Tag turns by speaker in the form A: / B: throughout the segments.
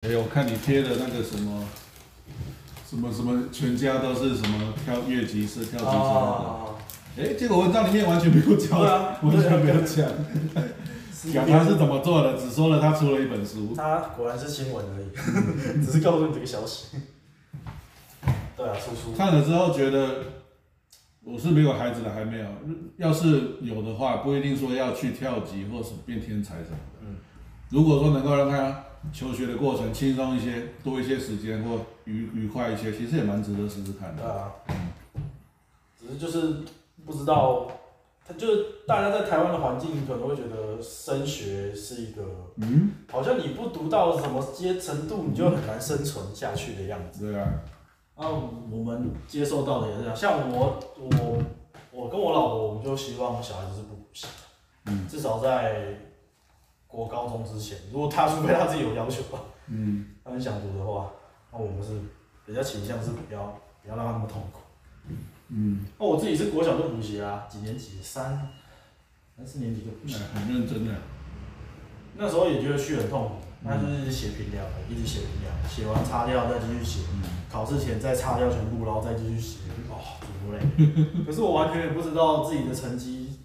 A: 哎看你贴的那个什么，什么什么，全家都是什么挑越级是挑级什
B: 哦，
A: 的。哎，结果文章里面完全没有讲，
B: 对啊
A: 完全没有讲，讲他是
B: 的，
A: 怎么做的，只说了他出了一本书。
B: 他果然是新闻而已，只是告诉你这个消息。对啊，出书，
A: 看了之后觉得，我是没有孩子的，还没有。要是有的话，不一定说要去跳级或是变天才什么的。
B: 嗯
A: 如果说能够让他求学的过程轻松一些，多一些时间或愉愉快一些，其实也蛮值得试试看
B: 对
A: 的。
B: 啊，只是就是不知道，他就是大家在台湾的环境可能会觉得升学是一个，
A: 嗯，
B: 好像你不读到什么阶程度，你就很难生存下去的样子。
A: 对啊，
B: 那我们接受到的也是这样，像我我我跟我老婆，我们就希望小孩子是不补习，
A: 嗯，
B: 至少在国高中之前，如果他除非他自己有要求吧，
A: 嗯，
B: 他很想读的话，那我们是比较倾向是不要不要让他那么痛苦。
A: 嗯，
B: 那我自己是国小就补习啊，几年级三三四年级就补习，
A: 哎很认真的。
B: 那时候也觉得去很痛苦，
A: 嗯
B: 那就是写评量的，一直写评量，写完擦掉再继续写。
A: 嗯，
B: 考试前再擦掉全部，然后再继续写，哦，怎 么累？可是我完全也不知道自己的成绩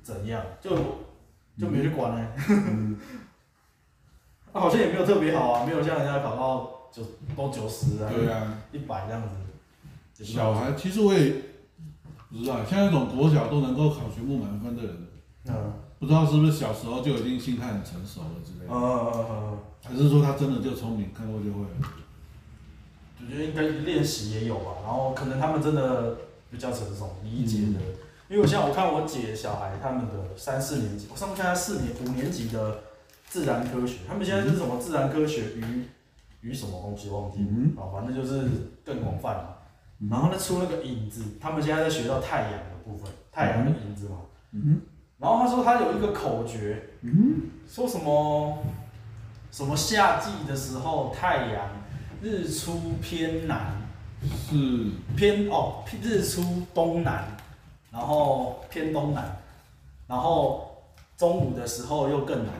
B: 怎样，就就没去管呢、
A: 嗯
B: 啊好像也没有特别好啊，没有像人家考到九都九十啊，
A: 对啊，
B: 一百这样子。
A: 小孩其实我也不知道，像那种国小都能够考全部满分的人，
B: 嗯，
A: 不知道是不是小时候就已经心态很成熟了之类的
B: 嗯。嗯嗯嗯
A: 还是说他真的就聪明，看过就会了？
B: 嗯，我觉得应该练习也有吧，然后可能他们真的比较成熟，理解的。因为我像我看我姐小孩他们的三四年级，我上次看他四年五年级的自然科学，他们现在是什么自然科学与与什么东西忘记了，
A: 嗯
B: 啊、反正就是更广泛嘛。
A: 嗯
B: 然后呢，出那个影子，他们现在在学到太阳的部分，太阳的影子嘛。
A: 嗯
B: 然后他说他有一个口诀，
A: 嗯，
B: 说什么什么夏季的时候太阳日出偏南，
A: 是
B: 偏哦，偏日出东南，然后偏东南，然后中午的时候又更南，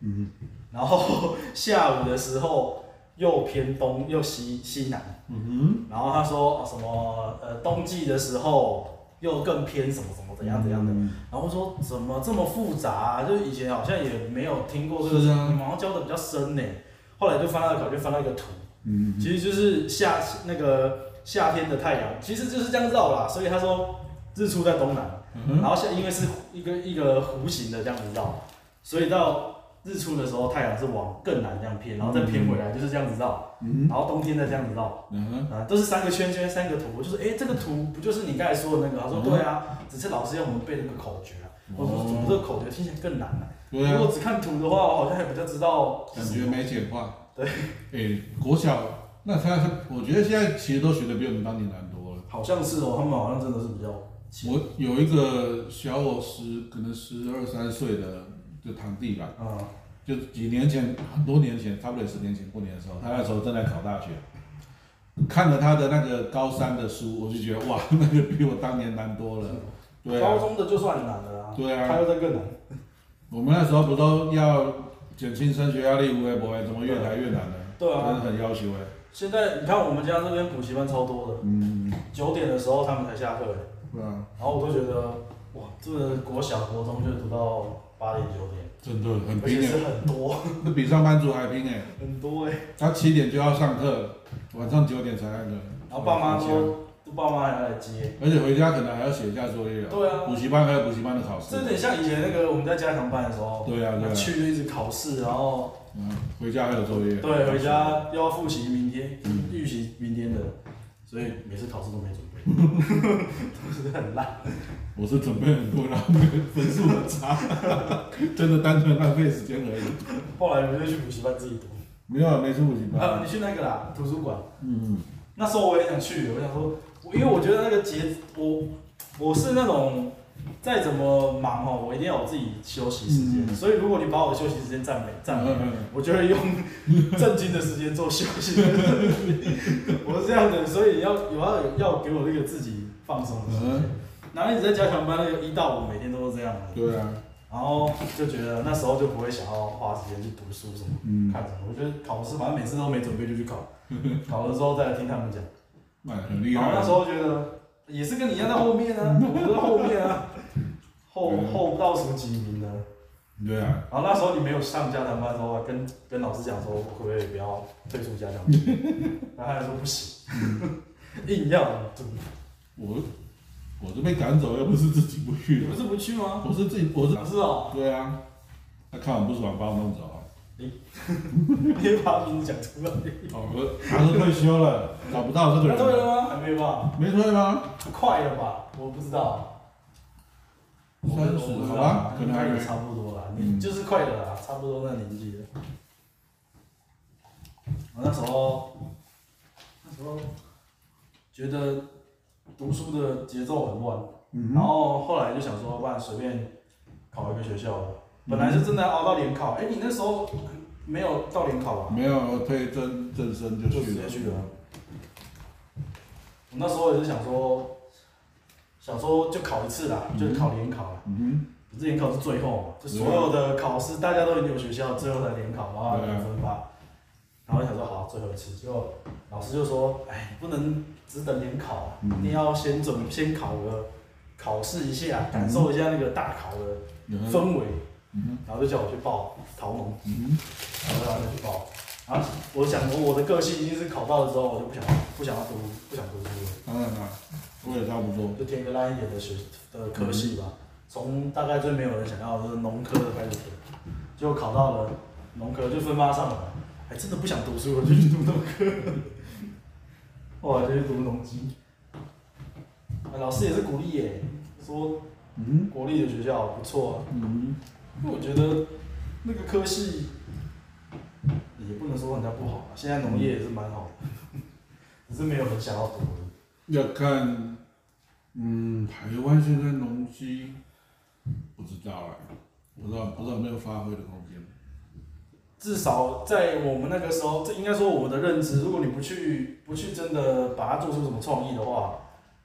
A: 嗯
B: 然后下午的时候又偏东又西西南，
A: 嗯
B: 然后他说、哦、什么呃冬季的时候又更偏什么什么
A: 哼，
B: 怎样怎样的，
A: 的？
B: 然后我说怎么这么复杂、啊？就以前好像也没有听过这个，
A: 是啊
B: 你们好像教的比较深呢。后来就翻到考卷，翻到一个图，
A: 嗯
B: 其实就是夏那个夏天的太阳，其实就是这样绕啦。所以他说日出在东南，
A: 嗯
B: 然后现因为是一个一个弧形的这样子绕，所以到日出的时候太阳是往更南这样偏，然后再偏回来就是这样子绕，
A: 嗯
B: 然后冬天再这样子绕。
A: 嗯
B: 啊，都是三个圈圈，三个图，我就是哎、诶这个图不就是你刚才说的那个？他说
A: 嗯哦
B: 对啊，只是老师要我们背那个口诀啊。我说怎么这个口诀听起来更难呢、
A: 对
B: 如
A: 啊，
B: 果只看图的话，我好像还比较知道是
A: 感
B: 什
A: 觉
B: 么。
A: 没简化。对，哎，国小那他我觉得现在其实都学的比我们当年难多了。
B: 好像是哦，他们好像真的是比较奇
A: 我有一个小我十可能十二三岁的就堂弟吧，
B: 嗯
A: 就几年前很多年前，差不多也十年前过年的时候，他那时候正在考大学。看了他的那个高三的书，我就觉得哇，那个比我当年难多了。对啊
B: 高，中的就算难了啊，
A: 对啊
B: 他又在更难。
A: 我们那时候不都要减轻升学压力，无微不为，怎么越来越难呢？
B: 对
A: 真的
B: 啊，
A: 很要求哎。
B: 现在你看我们家这边补习班超多的，
A: 嗯，
B: 九点的时候他们才下课，
A: 对啊，
B: 然后我都觉得哇，这个国小国中就读到八点九点，
A: 真的很
B: 而且
A: 拼欸
B: 是很多
A: 哎，比上班族还拼哎。
B: 很多哎、
A: 他七点就要上课，晚上九点才那个。
B: 然后爸妈
A: 回家，
B: 都，都爸妈还来接。
A: 而且回家可能还要写一下作业。
B: 对啊
A: 补习班还有补习班的考试
B: 这。有点像以前那个我们在加强班的时候，
A: 对啊，对啊，
B: 去就一直考试，然后
A: 嗯，回家还有作业。
B: 对啊回。家又要复习明天
A: 嗯，
B: 预习明天的，所以每次考试都没准备， 都是很烂。
A: 我是准备很多，然后分数很差， 真的单纯浪费时间而已。
B: 后来我就去补习班自己读，
A: 没有，没去补习
B: 啊，
A: 班。
B: 你去那个啦，图书馆。
A: 嗯
B: 那时候我也想去，我想说，我因为我觉得那个节，我我是那种再怎么忙哦，我一定要有自己休息时间，
A: 嗯
B: 所以如果你把我的休息时间占没占没
A: 嗯嗯嗯
B: 我就会用正经的时间做休息。 我是这样的，所以要有要有要给我那
A: 嗯
B: 个自己放松的时间。然后一直在加强班，那个一到五每天都是这样的。
A: 对啊，
B: 然然后就觉得那时候就不会想要花时间去读书什么
A: 嗯，
B: 看什么，我觉得考试反正每次都没准备就去 考，考了之后再来听他们讲。
A: 那很厉
B: 然后
A: 害
B: 那时
A: 啊。
B: 候觉得也是跟你一样在后面啊，我在后面啊，后
A: 嗯
B: 后倒数几名的。
A: 对啊，
B: 然后那时候你没有上家长班的时候啊，跟跟老师讲说，可不可以不要退出家长班？然后他就说不行， 硬要怎么
A: 我我是被赶走，又不是自己不去
B: 你
A: 的
B: 不，是不去吗？
A: 我是自己，我是
B: 不 是哦，
A: 对啊，他看我不爽，把我弄走啊。
B: 你把名字讲出来。
A: 哦，我他都退休了，找不到这个
B: 他退
A: 人，
B: 了吗？还没吧？
A: 没退吗？
B: 快了吧？我不知道。我不
A: 三十
B: 我不知道
A: 好吧可
B: 应
A: 能还
B: 该
A: 没
B: 也差不多了。
A: 嗯
B: 你就是快了啦，差不多那年纪了。我那时候，那时候觉得读书的节奏很乱，
A: 嗯
B: 然后后来就想说，不然随便考一个学校吧。本来是真的熬到联考，哎、你那时候没有到联考吧？
A: 没有退正正身就
B: 就
A: 去
B: 直
A: 了
B: 接，去了。我那时候也是想说，想说就考一次啦，
A: 嗯
B: 就考联考啦。
A: 嗯啊
B: 可是联考是最后嘛，就所有的考试大家都已经有学校，最后才联考，然后
A: 对啊
B: 两分吧。然后想说好，最后一次，结果老师就说，哎，不能只等联考啊，
A: 嗯
B: 一定要先准先考个考试一下，
A: 嗯
B: 感受一下那个大考的
A: 哼，嗯哼
B: 氛围，
A: 嗯哼
B: 然后就叫我去报桃农。
A: 嗯
B: 然后让他去报。然后我想说，我的个性已经是考到了之后，我就不想不想要读，不想读书了，
A: 哼，当然啦，我也差不多，
B: 就填一个烂一点的学的科系吧。从大概最没有人想要的就是农科的开始填，结果考到了农科就分发上来，还真的不想读书了，就去读农科。后来就去读农机，啊老师也是鼓励耶，说
A: 嗯
B: 国立的学校不错啊，
A: 哼嗯
B: 因为我觉得那个科系也不能说人家不好啊，现在农业也是蛮好的，只是没有很想要读而
A: 哼，要看，嗯，台湾现在农机不知道了，不知道不知道有没有发挥的空间，
B: 已。至少在我们那个时候，这应该说我们的认知，如果你不去不去真的把它做出什么创意的话，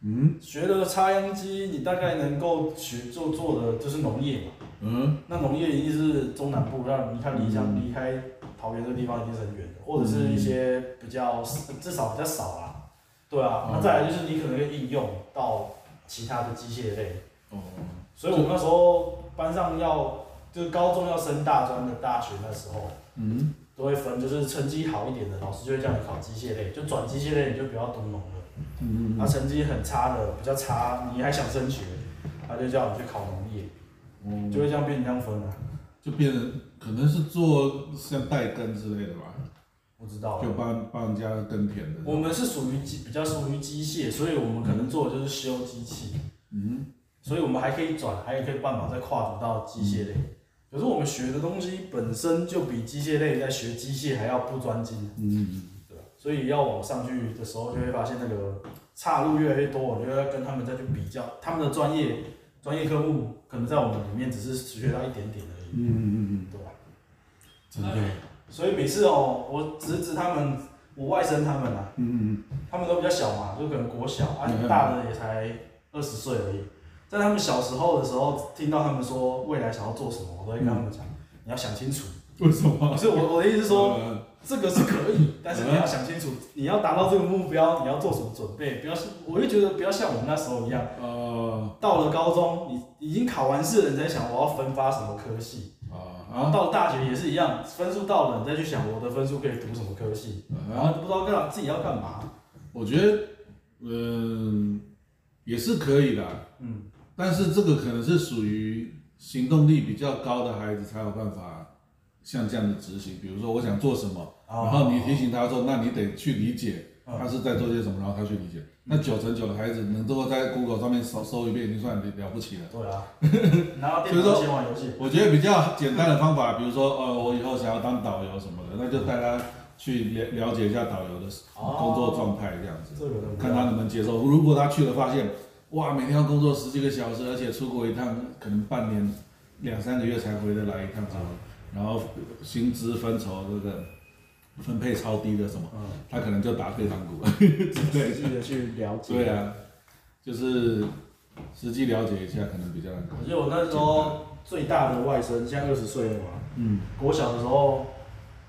A: 嗯
B: 学了插秧机，你大概能够学做做的就是农业嘛。
A: 嗯，
B: 那农业一定是中南部，让你看离乡
A: 嗯
B: 离开桃园这个地方一定是很远的，或者是一些比较至少比较少啦。对啊，那
A: 嗯
B: 再来就是你可能会应用到其他的机械类，
A: 哦，
B: 所以我们那时候班上要就是高中要升大专的大学那时候
A: 嗯
B: 都会分，就是成绩好一点的老师就会叫你考机械类，就转机械类你就不要读农了。
A: 嗯
B: 那、成绩很差的比较差，你还想升学，他就叫你去考农业，
A: 嗯，
B: 就会这样被你这样分啊。
A: 就变成可能是做像带耕之类的吧，
B: 不知道啊，
A: 就帮帮人家耕田的，
B: 我们是属于机比较属于机械，所以我们可能做的就是修机器，
A: 嗯
B: 所以我们还可以转，还有可以办法再跨足到机械类。可是我们学的东西本身就比机械类在学机械还要不专精，
A: 嗯，
B: 对吧？所以要往上去的时候，就会发现那个岔路越来越多，我就要跟他们再去比较，他们的专业专业科目可能在我们里面只是学到一点点而
A: 嗯
B: 已，
A: 嗯嗯
B: 对吧？
A: 真的，
B: 所以每次哦，我侄子他们，我外甥他们啊，
A: 嗯
B: 他们都比较小嘛，就可能国小，啊
A: 嗯，
B: 大的也才二十岁而已。在他们小时候的时候，听到他们说未来想要做什么，我都会跟他们讲，你要想清楚。嗯
A: 为什么
B: 不？是哦我我的意思是说，
A: 说，
B: 这个是可以，但是你要
A: 嗯
B: 想清楚，你要达到这个目标，你要做什么准备，不要是，我就觉得不要像我们那时候一样，
A: 呃
B: 到了高中，你已经考完试了，你才想我要分发什么科系，
A: 啊
B: 然后
A: 啊，
B: 到了大学也是一样，分数到了，你再去想我的分数可以读什么科系，然后不知道干嘛自己要干嘛，
A: 啊我觉得，嗯，也是可以的，
B: 嗯，
A: 但是这个可能是属于行动力比较高的孩子才有办法像这样的执行。比如说，我想做什么，
B: 啊
A: 然
B: 哦
A: 后你提醒他说，那你得去理解
B: 嗯
A: 他是在做些什么，然后他去理解。那九成九的孩子能够在 Google 上面搜搜一遍，已经算了不起了。
B: 对啊，拿到电
A: 所以
B: 脑
A: 说
B: 先玩游戏。
A: 我觉得比较简单的方法，比如说，呃，我以后想要当导游什么的，那就带他去了了解一下导游的工作状态，这样子。
B: 这个能
A: 看他能不能接受。如果他去了，发现哇，每天要工作十几个小时，而且出国一趟可能半年、两三个月才回得来一趟，然后薪资分酬这个分配超低的什么，
B: 嗯，
A: 他可能就打退堂鼓了。啊
B: 对，自己的去了解。
A: 对啊，就是实际了解一下可能比较难搞。
B: 我记得我那时候最大的外甥现在二十岁了嘛，
A: 嗯，
B: 国小的时候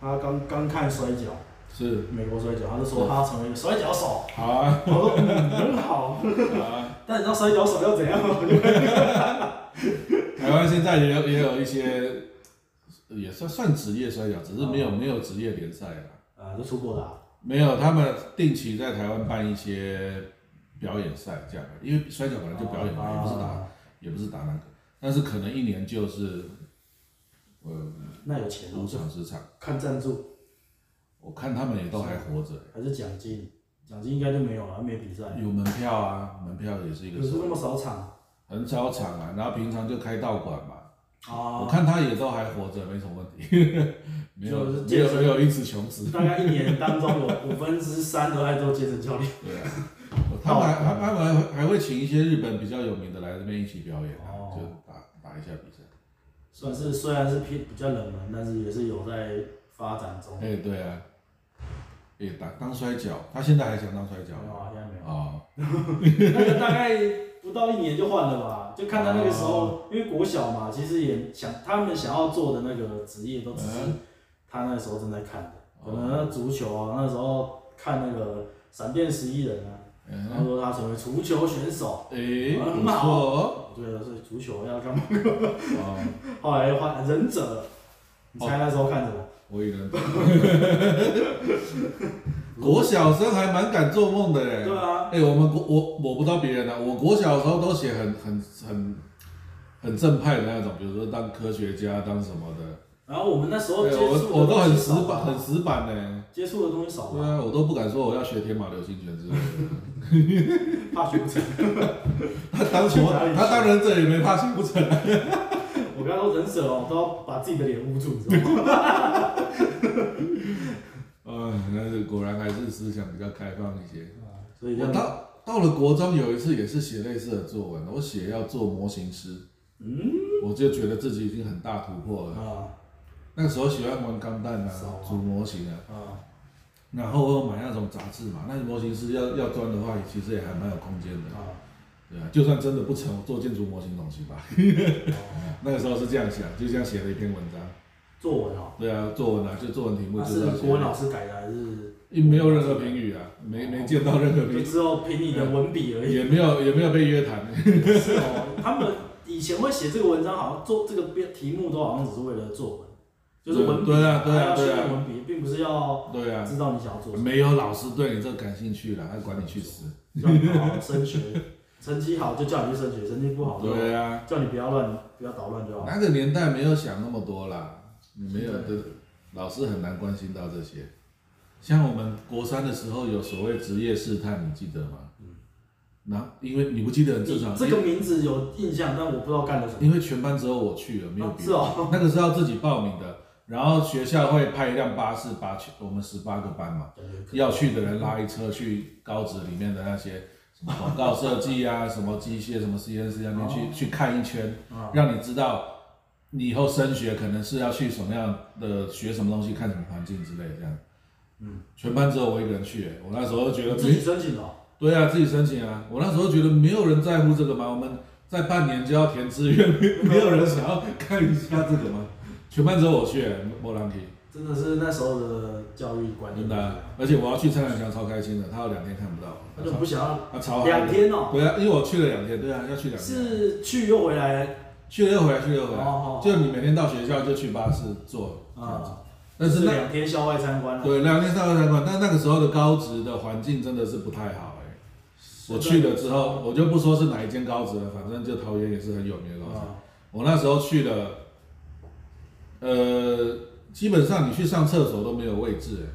B: 他刚刚看摔跤，
A: 是，
B: 美国摔跤，他就说他要成为一个摔跤手，
A: 好啊，
B: 我说嗯很好，
A: 好啊。
B: 但你知道摔跤手要怎样吗？我就
A: 台湾现在也有也有一些，也算算职业摔跤，只是没有没有职业联赛啦。
B: 啊，就出国了、啊，
A: 没有，他们定期在台湾办一些表演赛，这样，因为摔跤本来就表演嘛，也不是打，
B: 啊
A: 也不是打那个，但是可能一年就是，呃，
B: 那有钱
A: 五
B: 哦，
A: 场十场，
B: 看赞助
A: 我看他们也都还活着，
B: 还是奖金，奖金应该就没有了，没比赛，
A: 有门票啊，门票也是一
B: 可
A: 个
B: 是那么少场
A: 很少场啊，然后平常就开道馆嘛，我
B: 啊，
A: 看他也都还活着，没什么问题， 没有
B: 就是
A: 没
B: 健
A: 有
B: 身
A: 没有一直穷死，
B: 大概一年当中有五分之三都在做健身教练。
A: 对 啊，他们还他们还会还会请一些日本比较有名的来这边一起表演啊，
B: 哦
A: 就打打一下比赛。
B: 算是虽然是偏比较冷门，但是也是有在发展中。
A: 哎，对啊，哎，打当摔跤，他现在还想当摔跤
B: 没有啊，现在没有。
A: 啊？
B: 那个大概不到一年就换了吧，就看他那个时候，因为国小嘛，其实也想他们想要做的那个职业
A: 哦
B: 都只是他那时候正在看的，可能足球啊，那时候看那个闪电十一人啊，
A: 嗯，
B: 他说他成为足球选手，
A: 哎，
B: 很
A: 不
B: 好
A: 错
B: 对啊，所以足球要干嘛？
A: 哦，
B: 后来又换忍者，你猜那时候看什么？
A: 我一 个人。国小生还蛮敢做梦的嘞。
B: 对啊，
A: 哎、我们国我我不知道别人啊，我国小的时候都写很很很很正派的那种，比如说当科学家当什么的，
B: 然后我们那时候接
A: 对啊
B: 触的
A: 我我都很
B: 东西
A: 死
B: 少
A: 板
B: 嘛
A: 很死板呢。
B: 接触的东西少
A: 对
B: 嘛，
A: 啊，我都不敢说我要学天马流星拳之类 的。啊
B: 怕学不成。
A: 他当什么？他当然这也没怕学不成。
B: 我刚刚说忍者哦，都要把自己的脸捂住，你知道吗？
A: 嗯，但是果然还是思想比较开放一些。
B: 啊所以这
A: 我
B: 样，
A: 到到了国中有一次也是写类似的作文，我写要做模型师，
B: 嗯
A: 我就觉得自己已经很大突破了。
B: 啊
A: 那时候喜欢玩钢弹啊
B: 是哦，
A: 组模型啊，
B: 啊，
A: 然后我有买那种杂志嘛，那模型师要要钻的话，其实也还蛮有空间的，
B: 啊
A: 对啊，就算真的不成，我做建筑模型总行吧。 那个时候是这样想，就这样写了一篇文章，
B: 作文哦，
A: 对啊，作文啊，就作文题目
B: 那
A: 就是这样
B: 国文老
A: 写，
B: 师改的还是？
A: 也没有任何评语啊，没没见到任何评
B: 就
A: 语，
B: 只有凭你的文笔 而已。
A: 也没有也没有被约谈。
B: 是哦，他们以前会写这个文章，好像做这个编题目都好像只是为了作文， 就是文笔，
A: 对啊对啊
B: 还要训
A: 对
B: 练
A: 啊
B: 文笔，并不是要
A: 对啊，
B: 知道你想要做什么，
A: 没有老师对你这感兴趣了，他管你去死。
B: 叫你好好升学， 成绩好就叫你去升学，成绩不好就
A: 对啊，
B: 叫你不要乱，不要捣乱就好。
A: 那个年代没有想那么多啦，你没有的，老师很难关心到这些。像我们国三的时候有所谓职业试探，你记得吗？嗯。那因为你不记得很正常，
B: 这个名字有印象，但我不知道干了什么。
A: 因为全班只有我去了，没有
B: 啊
A: 别
B: 是
A: 人。
B: 哦，
A: 那个是要自己报名的，然后学校会派一辆巴士把全我们十八个班嘛，
B: 感觉
A: 要去的人拉一车去高职里面的那些什么广告设计啊、什么机械、什么 CNC 啊那边去、去看一圈，
B: 啊
A: 让你知道你以后升学可能是要去什么样的学什么东西、看什么环境之类这样。嗯，全班只有我一个人去、欸我那时候就觉得
B: 自己申请的哦，
A: 对啊，自己申请啊。我那时候觉得没有人在乎这个嘛，我们在半年就要填志愿，没没有人想要看一下这个嘛。全班只有我去、欸，莫兰提，
B: 真的是那时候的教育观
A: 真
B: 念
A: 的啊、而且我要去参两强，超开心的。他有两天看不到我，
B: 他就不想要
A: 他啊超
B: 两天哦，
A: 对啊，因为我去了两天，对啊，要去两天，
B: 是去又回来
A: 去了又回来，去了又回来，
B: 哦
A: 就你每天到学校就去巴士坐，啊，
B: 啊，
A: 但是那
B: 两天校外参观了。
A: 对两天上了三馆，但那个时候的高职的环境真的是不太好哎、我去了之后，我就不说是哪一间高职了，反正就桃园也是很有名的高职。
B: 啊，
A: 我那时候去了，呃，基本上你去上厕所都没有位置、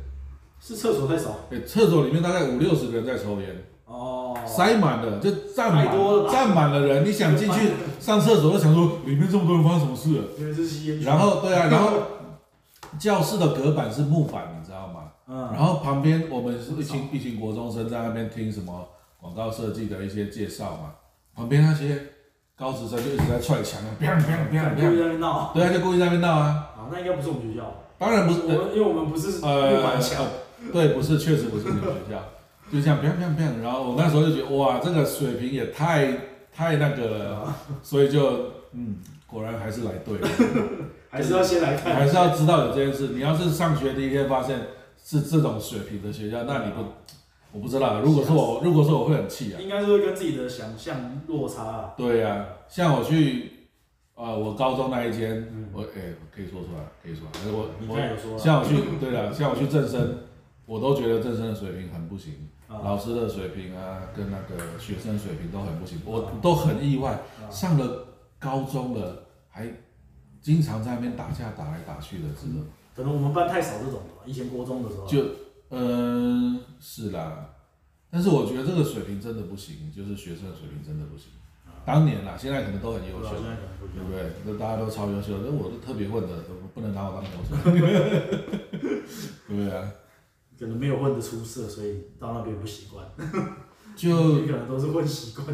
B: 是厕所太少
A: 欸，欸厕所里面大概五六十个人在抽烟，
B: 哦，
A: 塞满了，就站
B: 太多了
A: 满
B: 吧
A: 站满了人，你想进去上厕所，都想说里面这么多人发生什么事了。
B: 因为这是吸烟区。
A: 然后对 啊，然后教室的隔板是木板，你知道吗？
B: 嗯，
A: 然后旁边我们是一群一群国中生在那边听什么广告设计的一些介绍嘛，旁边那些高职生就一直在踹墙啊，砰砰砰
B: 故意
A: 砰，
B: 在那闹
A: 对啊，就故意在那边闹啊。
B: 啊，那应该不是我们学校，
A: 当然不是
B: 我，们因为我们不是
A: 呃
B: 木板墙，
A: 对，不是，确 实不是你们学校，就这样，砰砰砰。然后我那时候就觉得，哇，这个水平也太太那个 了，所以就嗯，果然还是来对了。
B: 还是要先来
A: 你
B: 看，
A: 还是要知道有这件事。你要是上学第一天发现是这种水平的学校，那你不，我不知道。啊如果是我，如果是我会很气啊。
B: 应该是会跟自己的想象落差啊。
A: 对呀、像我去，呃，我高中那一间，
B: 嗯
A: 我哎、可以说出来，可以说出来。我
B: 你刚
A: 我
B: 才有说啊，
A: 像我去，对了，像我去正生，我都觉得正生的水平很不行，
B: 啊，
A: 老师的水平啊，跟那个学生水平都很不行，我都很意外。
B: 啊
A: 上了高中了，还经常在那边打架打来打去的，真的。
B: 可能我们班太少这种了，以前国中的时候，
A: 就嗯，是啦，但是我觉得这个水平真的不行，就是学生的水平真的不行。当年啦，现在可能都很优
B: 啊对啊吧
A: 秀
B: 现，在可能不一
A: 对
B: 样
A: 不。对？那大家都超优秀，那我都特别混的，我不能拿我当 牛犊。对不对啊？
B: 可能没有混得出色，所以到那边不习惯。
A: 就
B: 你可能都是混习惯。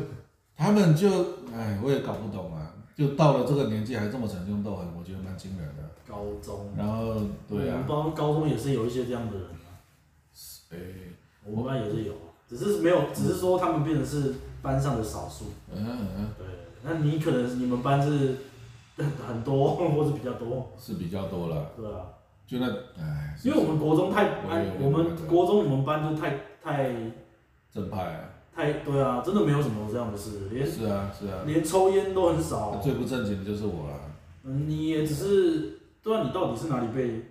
A: 他们就哎，我也搞不懂啊。就到了这个年纪还这么逞凶斗狠，我觉得蛮惊人的。
B: 高中，
A: 然后对
B: 我
A: 啊
B: 们，班高中也是有一些这样的人啊，
A: 哎，
B: 我们班也是有，啊只是没有，只是说他们变成是班上的少数。
A: 嗯嗯，
B: 对，那你可能你们班是很多 或者比较多，
A: 是比较多了，
B: 对啊，
A: 就那哎，
B: 因为我们国中太
A: 我也
B: 安，
A: 有
B: 我
A: 点
B: 们
A: 不
B: 国中我们班就太太
A: 正派啊，
B: 太对啊，真的没有什么这样的事，连
A: 是啊是啊。
B: 连抽烟都很
A: 那
B: 少。
A: 最不正经的就是我啊了。
B: 嗯，你也只是对啊，你到底是哪里被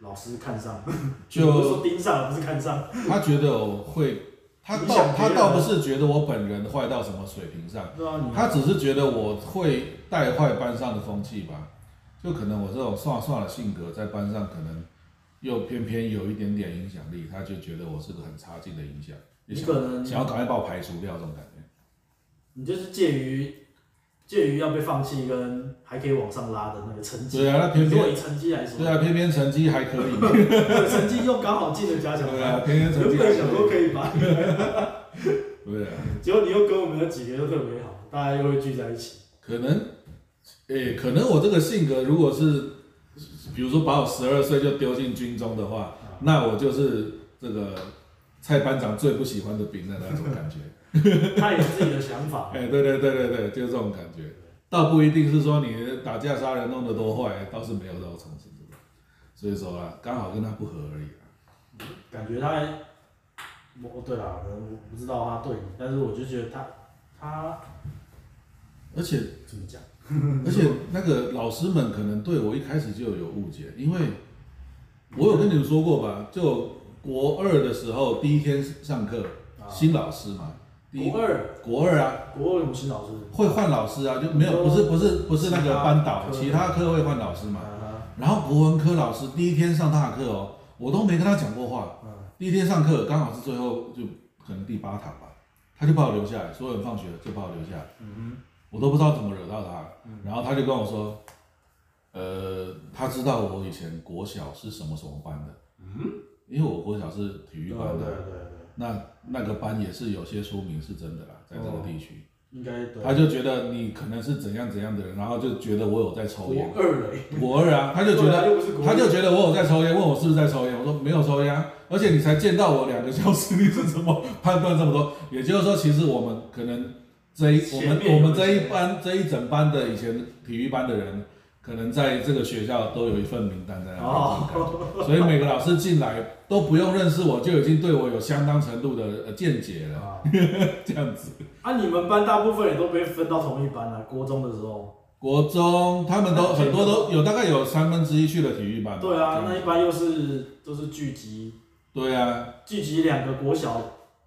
B: 老师看上？
A: 就
B: 不是说盯上，而不是看上。
A: 他觉得我会，他
B: 你
A: 倒
B: 想
A: 他
B: 别人啊
A: 倒不是觉得我本人坏到什么水平上，
B: 对啊，你
A: 他只是觉得我会带坏班上的风气吧。就可能我这种算了算了性格，在班上可能又偏偏有一点点影响力，他就觉得我是个很差劲的影响，就
B: 你
A: 想
B: 可能
A: 想要赶快把我排除掉这种感觉。
B: 你就是介于介于要被放弃跟还可以往上拉的那个成绩。
A: 对啊，那偏
B: 如果
A: 偏
B: 以成绩来说，
A: 对啊，偏偏成绩还可以，
B: 成绩又刚好进了加强
A: 对
B: 班，
A: 啊，偏偏成
B: 原
A: 绩还可
B: 本想说
A: 以，
B: 可以吧，
A: 对啊，
B: 结果你又跟我们的几个又特别好，大家又会聚在一起。
A: 可能，诶、可能我这个性格，如果是，比如说把我十二岁就丢进军中的话，那我就是这个蔡班长最不喜欢的兵的那种感觉。
B: 他有自己的想 法，
A: 哎、对对对对对，就是这种感觉。倒不一定是说你打架杀人弄得多坏，倒是没有这种成绩的。所以说啊，刚好跟他不合而已啊、
B: 感觉他，我对啦，可能我不知道他对你，但是我就觉得他他
A: 而且
B: 怎么讲，
A: 而且那个老师们可能对我一开始就有误解，因为我有跟你们说过吧，就国二的时候第一天上课，
B: 啊
A: 新老师嘛，第一
B: 国二
A: 国二啊
B: 国二有新老师
A: 会换老师啊，就没有
B: 哦
A: 不是不是不是那
B: 其
A: 个
B: 他
A: 班导，
B: 科
A: 其他科会换老师嘛。
B: 啊，
A: 然后国文科老师第一天上他的课哦，我都没跟他讲过话，
B: 嗯，
A: 第一天上课刚好是最后就可能第八堂吧，他就把我留下来，所有人放学就把我留下来，
B: 嗯
A: 我都不知道怎么惹到他，然后他就跟我说，呃，他知道我以前国小是什么什么班的，因为我国小是体育
B: 对
A: 班
B: 嗯哦对
A: 的，
B: 对对，
A: 那那个班也是有些说明是真的啦，在这个地区，
B: 应该哦对。
A: 他就觉得你可能是怎样怎样的人，然后就觉得我有在抽烟，
B: 国二嘞，
A: 国二啊，他就觉得
B: 对啊又不是国一
A: 他就觉得我有在抽烟，问我是不是在抽烟，我说没有抽烟啊，而且你才见到我两个小时，你是怎么判断这么多？也就是说，其实我们可能这一我
B: 前
A: 们
B: 面有
A: 我们这一班这一整班的以前体育班的人，可能在这个学校都有一份名单在那边，
B: 哦
A: 所以每个老师进来都不用认识我，就已经对我有相当程度的呃见解了，
B: 啊，
A: 这样子。
B: 啊，你们班大部分也都被分到同一班了，国中的时候。
A: 国中他们都很多都有大概有三分之一去了体育班吧，
B: 对啊，
A: 这
B: 那
A: 样
B: 一般又是都是聚集
A: 对啊，
B: 聚集两个国小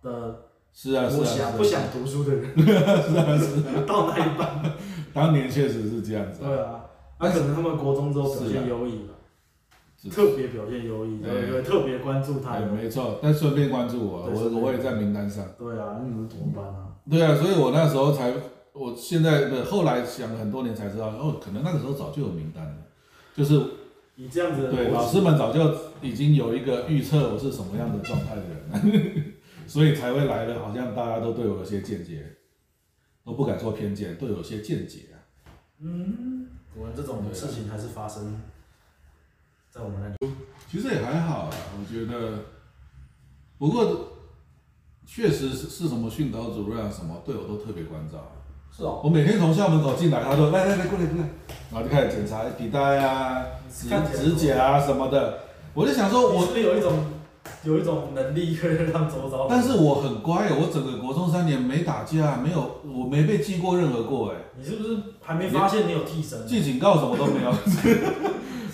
B: 的
A: 是啊，是
B: 不
A: 啊，是啊
B: 想不想读书的人，
A: 是啊，是啊，
B: 到那一班。
A: 当年确实是这样子啊，
B: 对啊，那可能他们国中之后表
A: 是啊
B: 现优异了，
A: 是
B: 特别表现优异，对不对？特别关注他
A: 哎，
B: 们。
A: 没错。但顺便关注我，啊
B: 对
A: 我
B: 顺便
A: 我也在名单上。
B: 对啊，那你们怎么办啊？
A: 对啊，所以我那时候才，我现在不是后来想了很多年才知道，哦，可能那个时候早就有名单了，就是
B: 以这样子的
A: 对
B: 逻
A: 老
B: 辑
A: 师们早就已经有一个预测我是什么样的状态的人， 所以才会来的，好像大家都对我有些见解，都不敢说偏见，都有些见解啊。
B: 果然这种事情还是发生在我们那里。
A: 啊其实也还好啦，我觉得。不过，确实是是什么训导主任啊什么，对我都特别关照。啊
C: 是哦，
A: 我每天从校门口进来，他说来来来过来过来，然后就开始检查笔袋啊、指
C: 看起来
A: 指甲啊什么的。我就想说
B: 我
A: 我，
B: 是不是有一种有一种能力可以让周遭？
A: 但是我很乖，我整个国中三年没打架，没有我没被记过任何过哎。
B: 你是不是还没发现你有替身？
A: 记警告什么都没有。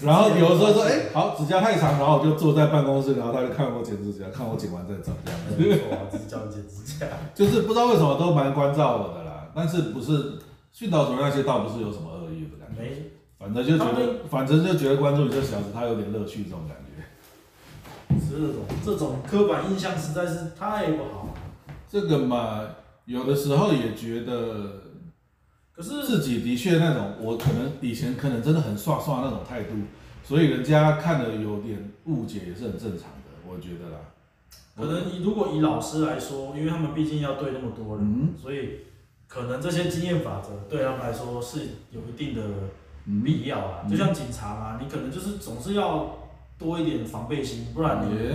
A: 然后有时候说，哎、好，指甲太长，然后我就坐在办公室，然后他就看我剪指甲，看我剪完再走，这样
B: 没错啊，只是叫你剪指甲。
A: 就是不知道为什么都蛮关照我的啦。但是不是训导主任那些倒不是有什么恶意的感觉，
B: 没，
A: 反正就觉
B: 他
A: 得，反正就觉得关注你这小子，他有点乐趣这种感觉。
B: 是这种这种刻板印象实在是太不好。
A: 这个嘛，有的时候也觉得
B: 可是
A: 自己的确那种，我可能以前可能真的很刷刷那种态度，所以人家看了有点误解也是很正常的，我觉得啦。
B: 可能以如果以老师来说，因为他们毕竟要对那么多人，
A: 嗯
B: 所以可能这些经验法则对他们来说是有一定的
A: 嗯，
B: 必要啊。
A: 嗯
B: 就像警察嘛，你可能就是总是要多一点防备心，不然你
A: 也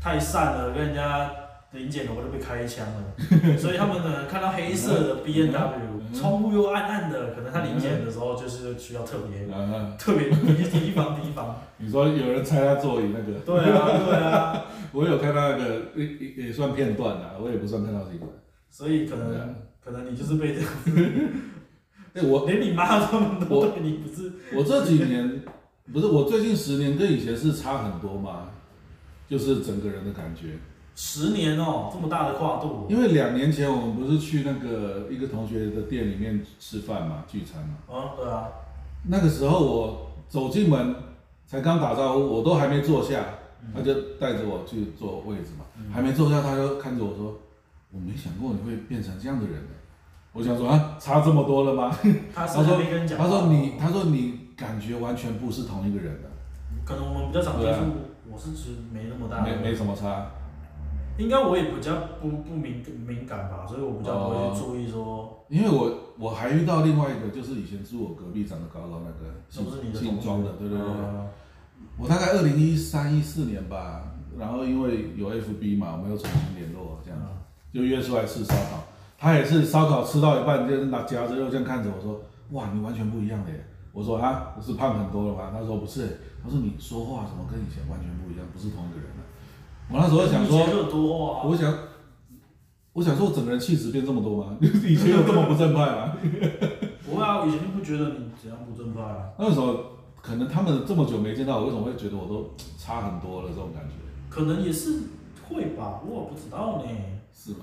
B: 太善了，跟人家临检楼就被开枪 了，所以他们可能看到黑色的 B N W，
A: 嗯
B: 窗户又暗暗的，可能他临检的时候就是需要特别
A: 啊，
B: 特别提提防提防。
A: 你说有人拆他座椅那个，
B: 对 啊，对啊，
A: 我有看到那个也也也算片段啦，我也不算看到新闻。
B: 所以可
A: 对啊
B: 能可能你就是被这样，
A: 哎，我
B: 连你妈他们
A: 我
B: 都对你不是
A: 我这几年不是我最近十年跟以前是差很多嘛，就是整个人的感觉。
B: 十年哦，这么大的跨度
A: 因为两年前我们不是去那个一个同学的店里面吃饭嘛，聚餐嘛，
B: 哦，啊，对啊，
A: 那个时候我走进门才刚打招呼，我都还没坐下，他就带着我去坐位置嘛，还没坐下他就看着我说：“我没想过你会变成这样的人、欸。”我想说啊，差这么多了吗？
B: 他是
A: 他说
B: 还没跟你讲话，
A: 他说你，他说你感觉完全不是同一个人的，
B: 可能我们比较常接
A: 对啊
B: 触，我是指没那么大的
A: 没没什么差。
B: 应该我也比较不不敏敏感吧，所以我比较不会去注意说
A: 因为我我还遇到另外一个，就是以前住我隔壁长得高高那个
B: 是不是你
A: 姓
B: 的
A: 姓
B: 同
A: 庄
B: 学
A: 的，对对对。
B: 嗯
A: 我大概二零一三一四年吧，然后因为有 FB 嘛，我们又重新联络，这样
B: 嗯
A: 子就约出来吃烧烤。他也是烧烤吃到一半，就是拿夹着肉这样看着我说：“哇，你完全不一样的耶！”我说：“啊，我是胖很多了吗？”他说：“不是。”他说：“你说话怎么跟以前完全不一样，不是同一个人了、啊我那时候想
B: 以前
A: 说，
B: 就有多话啊，
A: 我想，我想说，我整个人气质变这么多吗？ 就是以前有这么不正派吗？
B: 不会啊，我以前就不觉得你怎样不正派啊。
A: 那时候可能他们这么久没见到我，为什么会觉得我都差很多了这种感觉？
B: 可能也是会吧，我不知道呢。
A: 是吗？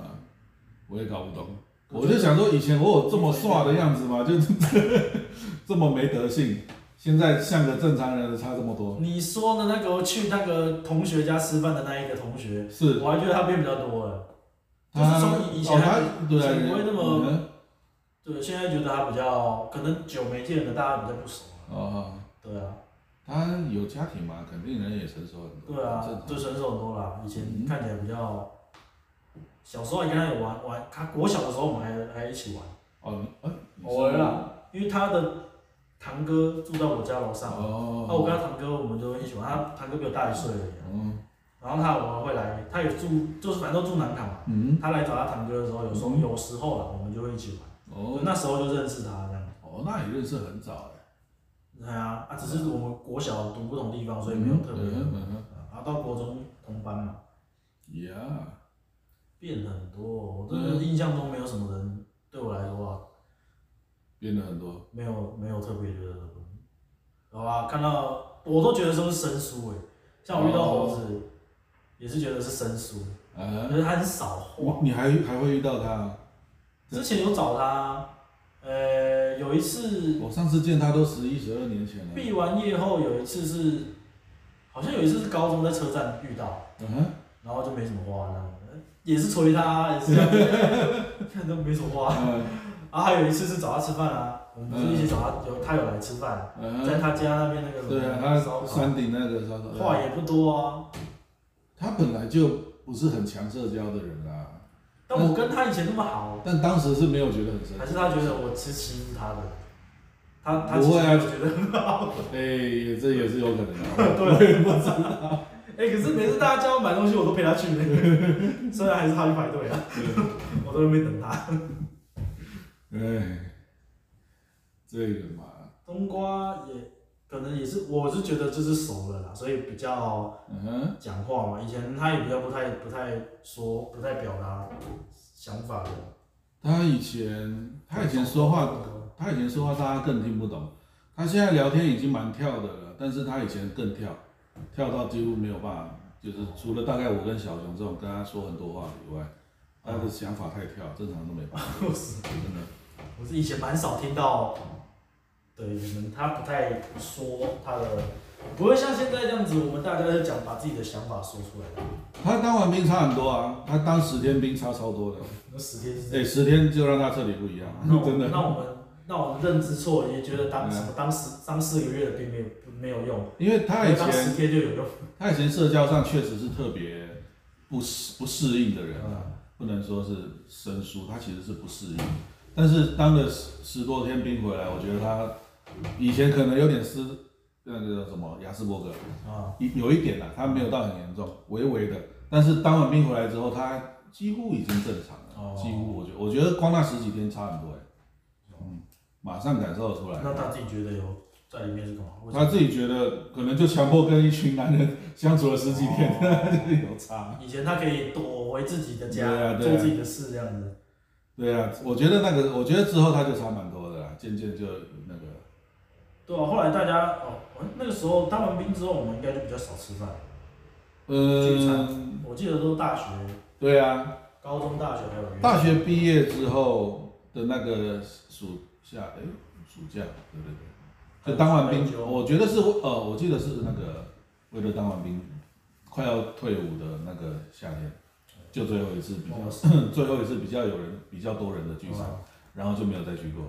A: 我也搞不懂。我就想说，以前我有这么帅的样子吗？就是 这么没德性，现在像个正常人的差这么多，
B: 你说的那个去那个同学家吃饭的那一个同学，
A: 是
B: 我还觉得他变比较多了，就是
A: 他
B: 从以以
A: 哦
B: 前还
A: 他对啊
B: 以前不会那么
A: 嗯
B: 对，现在觉得他比较可能久没见了，大家比较不熟啊。
A: 哦哦，
B: 对啊，
A: 他有家庭嘛，肯定人也成熟很多，
B: 对
A: 正
B: 啊，
A: 常
B: 对身手很多啦。以
A: 嗯
B: 前看起来比较，小时候还跟他有玩玩，他国小的时候我们还还一起玩，
A: 哦，哎你是
B: 偶尔啦，因为他的堂哥住在我家楼上，
A: 哦，
B: 那、我跟他堂哥我们就一起玩，他堂哥比我大一岁而已啊
A: 嗯
B: 然后他偶尔会来，他也住就是反正都住南港嘛，
A: 嗯
B: 他来找他堂哥的时候，有时候
A: 嗯
B: 有时候啦，我们就会一起玩，
A: 哦
B: 那时候就认识他这样。
A: 哦，那也认识很早哎，
B: 对啊，啊，只是我们国小读不同地方，所以没有特别的。
A: 嗯
B: 然后到国中同班嘛，
A: 嗯呀，
B: 变很多哦。我真的印象中没有什么人对我来说啊，
A: 变了很多，
B: 没有没有特别觉得，好吧，看到我都觉得都是生疏哎、像我遇到猴子，也是觉得是生疏，
A: 啊
B: 可，是他很少
A: 你
B: 话。
A: 你还还会遇到他啊？
B: 之前有找他，呃，有一次
A: 我上次见他都十一十二年前了。啊
B: 毕完业后有一次是，好像有一次是高中在车站遇到，
A: 嗯哼，
B: 然后就没什么话那样子，也是捶他，也是这样 子，看都没什么话。
A: 嗯
B: 然啊后还有一次是找他吃饭啊，我们不是一起找他，有他有来吃饭，
A: 嗯
B: 在
A: 哼，
B: 他家那边那个什么
A: 对啊，他
B: 烧烤，
A: 山顶那个烧烤，
B: 话也不多啊。
A: 他本来就不是很强社交的人啦，
B: 但
A: 嗯
B: 我跟他以前那么好，
A: 但当时是没有觉得很生
B: 还
A: 气。
B: 是他觉得我是欺负他的，他他
A: 不
B: 其
A: 会
B: 实
A: 啊
B: 没有觉得很好，
A: 哎，这也是有可能的。
B: 对，啊
A: 不知道。
B: 哎、可是每次大家叫我买东西，我都陪他去那个， 虽然还是他去排队啊， 我都在那边等他。
A: 哎，这个嘛，
B: 冬瓜也可能也是，我是觉得这是熟了啦，所以比较
A: 嗯哼，
B: 讲话嘛。以前他也比较不太不太说，不太表达想法的。
A: 他以前他以前说话，他以前说话大家更听不懂，他现在聊天已经蛮跳的了，但是他以前更跳，跳到几乎没有办法，就是除了大概我跟小熊这种跟他说很多话以外，他的想法太跳，正常都没办法，真的。
B: 我是以前蛮少听到，对，可能他不太说他的，不会像现在这样子，我们大家就讲把自己的想法说出来啦。
A: 他当完兵差很多啊，他当十天兵差超多的，
B: 那十天是
A: 哎、十天就让他彻底不一样
B: 那，我
A: 真的。
B: 那我们那我们认知错，也觉得当
A: 嗯
B: 什么当四当四个月的并没有没有用，
A: 因为他以
B: 当
A: 前
B: 十天就有用。
A: 他以前社交上确实是特别不适不适应的人啊，不能说是生疏，他其实是不适应。但是当了十十多天兵回来，我觉得他以前可能有点斯那个叫什么雅斯伯格
B: 啊，
A: 有有一点啦，他没有到很严重，微微的。但是当完兵回来之后，他几乎已经正常了，
B: 哦
A: 几乎我觉得我觉得光那十几天差很多哎、嗯，马上感受得出来。
B: 那他自己觉得有在里面是干嘛？为什
A: 他
B: 么
A: 自己觉得可能就强迫跟一群男人相处了 十几 天，
B: 哦
A: 有差。
B: 以前他可以躲回自己的家，
A: 对啊啊对啊
B: 做自己的事这样子。
A: 对啊，我觉得那个，我觉得之后他就差蛮多的啦，渐渐就那个，
B: 对啊，后来大家哦，那个时候当完兵之后，我们应该就比较少吃饭。聚
A: 嗯，
B: 我记得都是大学、
A: 对啊，
B: 高中、大学还有
A: 大学毕业之后的那个暑假，哎，暑假，对对对，就当完兵
B: 还有，
A: 我觉得是，呃，我记得是那个为了当完兵快要退伍的那个夏天，就最后一次比较，最后一次比较有人比较多人的聚餐，
B: 哇，
A: 然后就没有再去过。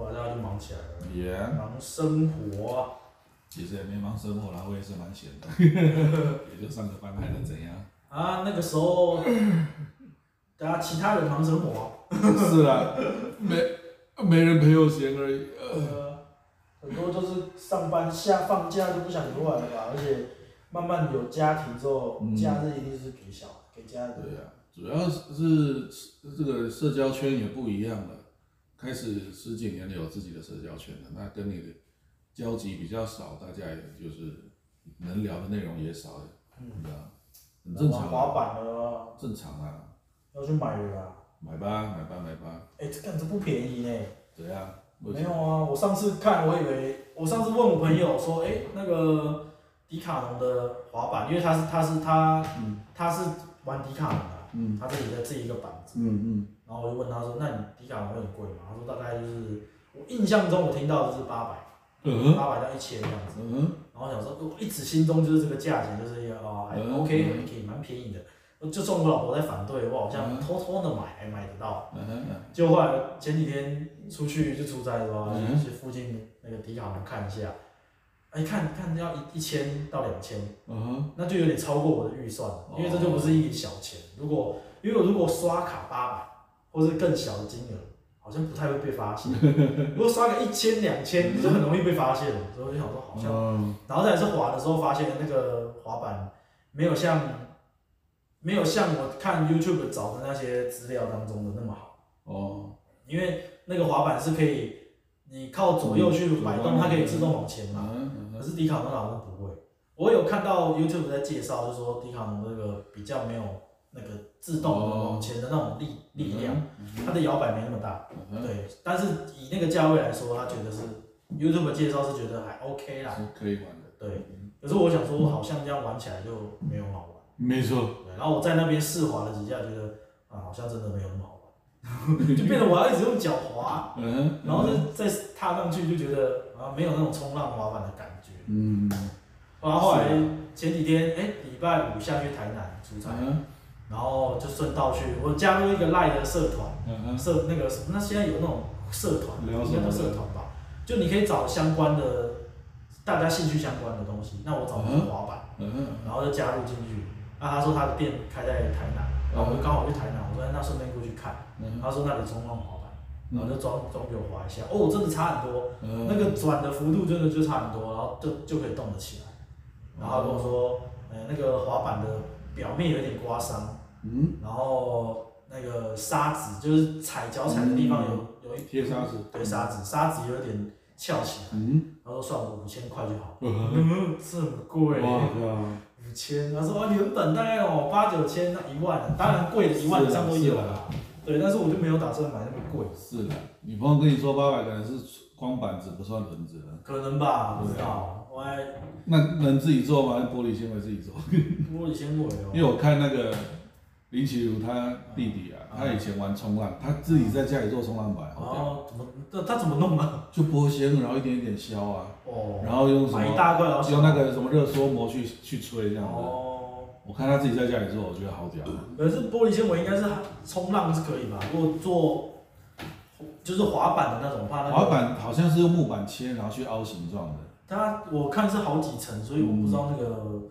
B: 哇，大家就忙起来了，
A: 也、
B: 忙生活啊。
A: 其实也没忙生活啦，我也是蛮闲的，也就上个班还能怎样？
B: 啊，那个时候，大家其他人忙生活啊、
A: 是啦，没没人陪我闲而已。
B: 呃，很多都是上班下放假就不想出来了吧，而且慢慢有家庭之后，
A: 嗯
B: 假日一定是给小孩给家人。
A: 对呀、啊主要是这个社交圈也不一样了，开始十几年有自己的社交圈了，那跟你的交集比较少，大家也就是能聊的内容也少了，你
B: 嗯
A: 知道吗，很正常
B: 滑
A: 啊，
B: 板了，
A: 正常啊，
B: 要去买了啊。
A: 买吧，买吧，买吧，
B: 哎、这干这不便宜呢、
A: 怎样？为什
B: 没
A: 么
B: 有啊，我上次看，我以为我上次问我朋友说，哎、那个迪卡侬的滑板，因为他是他是他、他是玩迪卡侬的，啊
A: 嗯
B: 他自己的自己一个板子，
A: 嗯
B: 然后我就问他说，那你迪卡侬会很贵吗？他说大概就是我印象中我听到的是八百、
A: 嗯嗯
B: 八百到一千这样子，
A: 嗯
B: 然后想说，我一直心中就是这个价钱就是啊、哦，还
A: 嗯
B: OK
A: 嗯
B: 还可以蛮便宜的，就算我老婆在反对，我好像
A: 嗯
B: 偷偷的买还买得到。
A: 嗯嗯，
B: 就后来前几天出去就出差的时候，啊
A: 嗯
B: 去附近那个迪卡侬看一下，哎，看看要一一千到两千，
A: 嗯哼。
B: 那就有点超过我的预算了，
A: 哦
B: 因为这就不是一笔小钱。如果因为我如果刷卡八百或是更小的金额，好像不太会被 发现。如果刷个一千两千，就很容易被发现了。所以我就想说，好像
A: 嗯
B: 然后再来是滑的时候，发现那个滑板没有像没有像我看 YouTube 找的那些资料当中的那么好。
A: 哦，
B: 因为那个滑板是可以，你靠左右去摆动，它可以自动往前嘛。可
A: 嗯
B: 是迪卡侬好像不会。我有看到 YouTube 在介绍，就说迪卡侬这个比较没有那个自动的往前的那种力力
A: 嗯
B: 量，它的摇摆没那么大。对，但是以那个价位来说，他觉得是 YouTube 介绍是觉得还 OK 啦。
A: 是可以玩的，
B: 对，可是我想说，好像这样玩起来就没有很好
A: 没错，
B: 玩。对，然后我在那边试滑了几下，觉得啊，好像真的没有那么好玩， 就变得我要一直用脚滑。
A: 嗯，
B: 然后再再踏上去就觉得啊没有那种冲浪滑板的感觉。
A: 嗯，
B: 然后后来前几天哎礼拜五下去台南出差，
A: 嗯
B: 然后就顺道去我加入一个赖的社团，
A: 嗯，
B: 社那个什么，那现在有那种社团，
A: 聊什
B: 应
A: 么
B: 该叫社团吧？就你可以找相关的大家兴趣相关的东西。那我找的是滑板，
A: 嗯，
B: 然后就加入进去。那他说他的店开在台南，然后我就刚好去台南，我说哎那顺便过去看。他说那里冲浪滑板，
A: 嗯
B: 然后就装装给我滑一下，哦，真的差很多，那个转的幅度真的就差很多，然后就就可以动得起来。然后他跟我说，呃，那个滑板的表面有点刮伤，
A: 嗯，
B: 然后那个沙子就是踩脚踩的地方有有一
A: 嗯贴沙子，
B: 堆沙子，沙子有点翘起来，
A: 嗯，
B: 他说算我五千块就好，
A: 哇
B: 嗯，这么贵，
A: 哇，
B: 五千，他说哦原本大概哦八九千那一万，当然贵的
A: 啊
B: 一万以上都有啦，对，但是我就没有打算买那么贵，
A: 是的，女朋友跟你说八百可能是光板子不算轮子的，
B: 可能吧，不知
A: 对啊
B: 道，我还
A: 那能自己做吗？玻璃纤维自己做，
B: 我以前我
A: 因
B: 有。
A: 为我看那个林启儒他弟弟啊，他以前玩冲浪，他自己在家里做冲浪板，好屌
B: 哦，怎么他他怎么弄啊？
A: 就剥纤，然后一点一点削啊，
B: 哦，
A: 然后用什
B: 买一
A: 么
B: 大块，然后
A: 用那个什么热缩膜去去吹这样子。
B: 哦，
A: 我看他自己在家里做，我觉得好屌。
B: 可是玻璃纤维应该是冲浪是可以吧？如果做就是滑板的那种，怕那个
A: 滑，板好像是用木板切，然后去凹形状的。
B: 它我看是好几层，所以我不知道那个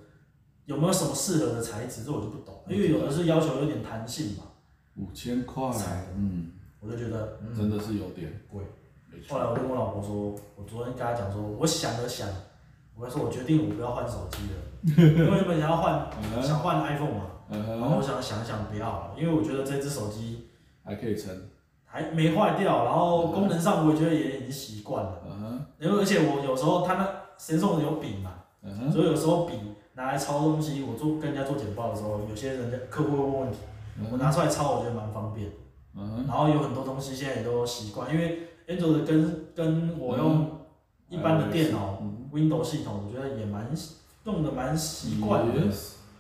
B: 有没有什么适合的材质，这我就不懂，因为有的是要求有点弹性嘛，
A: 五千块
B: 才，
A: 嗯，
B: 我就觉得嗯
A: 真的是有点
B: 贵。
A: 没
B: 后
A: 错。
B: 来我就跟我老婆说，我昨天跟她讲说，我想了想，我跟她说我决定我不要换手 机了，因为原本想要换
A: 嗯
B: 想换 iPhone 嘛，然后
A: 嗯，
B: 我想想想不要了，因为我觉得这只手机
A: 还可以撑，
B: 还没坏掉，然后功能上我也觉得也已经习惯了。
A: 嗯哼，
B: 因为而且我有时候它那神送有笔嘛，
A: 嗯哼，
B: 所以有时候笔拿来抄东西，我做跟人家做简报的时候，有些人家客户会问问题，
A: 嗯
B: 我
A: 哼
B: 拿出来抄，我觉得蛮方便。
A: 嗯哼，
B: 然后有很多东西现在也都习惯，因为 Android 跟跟我用一般的电脑
A: 嗯
B: Windows 系统，我觉得也蛮用的蛮习惯的，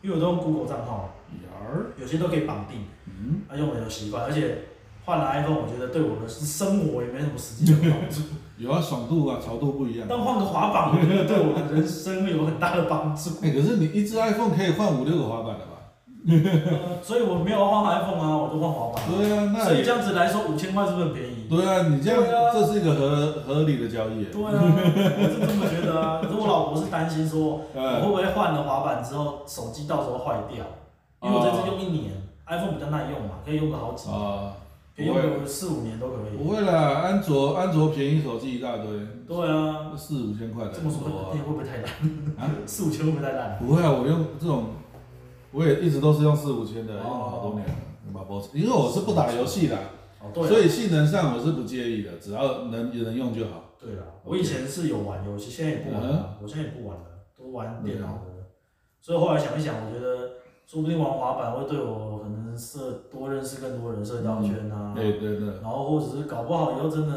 B: 因为我都用 Google 账号，
A: 眼儿，
B: 有些都可以绑定。
A: 嗯，
B: 啊，用的有习惯，而且换了 iPhone，我觉得对我的生活也没什么实际的 帮助。
A: 有啊，爽度啊，潮度不一样。
B: 但换个滑板，我觉得对我的人生有很大的帮助。
A: 哎，可是你一只 iPhone 可以换五六个滑板的吧？
B: 呃所以我没有换 iPhone 啊，我就换滑板。
A: 对啊，那
B: 所以
A: 也
B: 这样子来说，五千块是不是很 便宜？
A: 对啊，你这
B: 对啊
A: 样这是一个合合理的交易
B: 对。啊，我是这么觉得啊。可是我老婆是担心说，我会
A: 嗯，
B: 不会换了滑板之后，手机到时候坏掉？因为我这次用一年、i p h o n e 比较耐用嘛，可以用个好几，
A: 啊，
B: 可以用个四五年都可
A: 不
B: 以。
A: 会啦，安卓安卓便宜手机一大堆，
B: 对啊，
A: 四五千块的
B: 这么说
A: 多
B: 会
A: 啊。
B: 不会太烂？
A: 啊
B: 四五千会不会太烂？
A: 不会啊，我用这种，我也一直都是用四五千的，
B: 哦
A: 用了好多年了。把波因为我是不打游戏的，
B: 哦，对啊
A: 所以性能上我是不介意的，只要能能用就好。
B: 对啦，我以前是有玩游戏，现在也不玩
A: 嗯
B: 了，我现在也不玩了，都玩
A: 啊
B: 电脑的。所以后来想一想，我觉得说不定玩滑板会对我可能社多认识更多人，社交圈
A: 嗯
B: 啊，
A: 对对对，
B: 然后或者是搞不好以后真的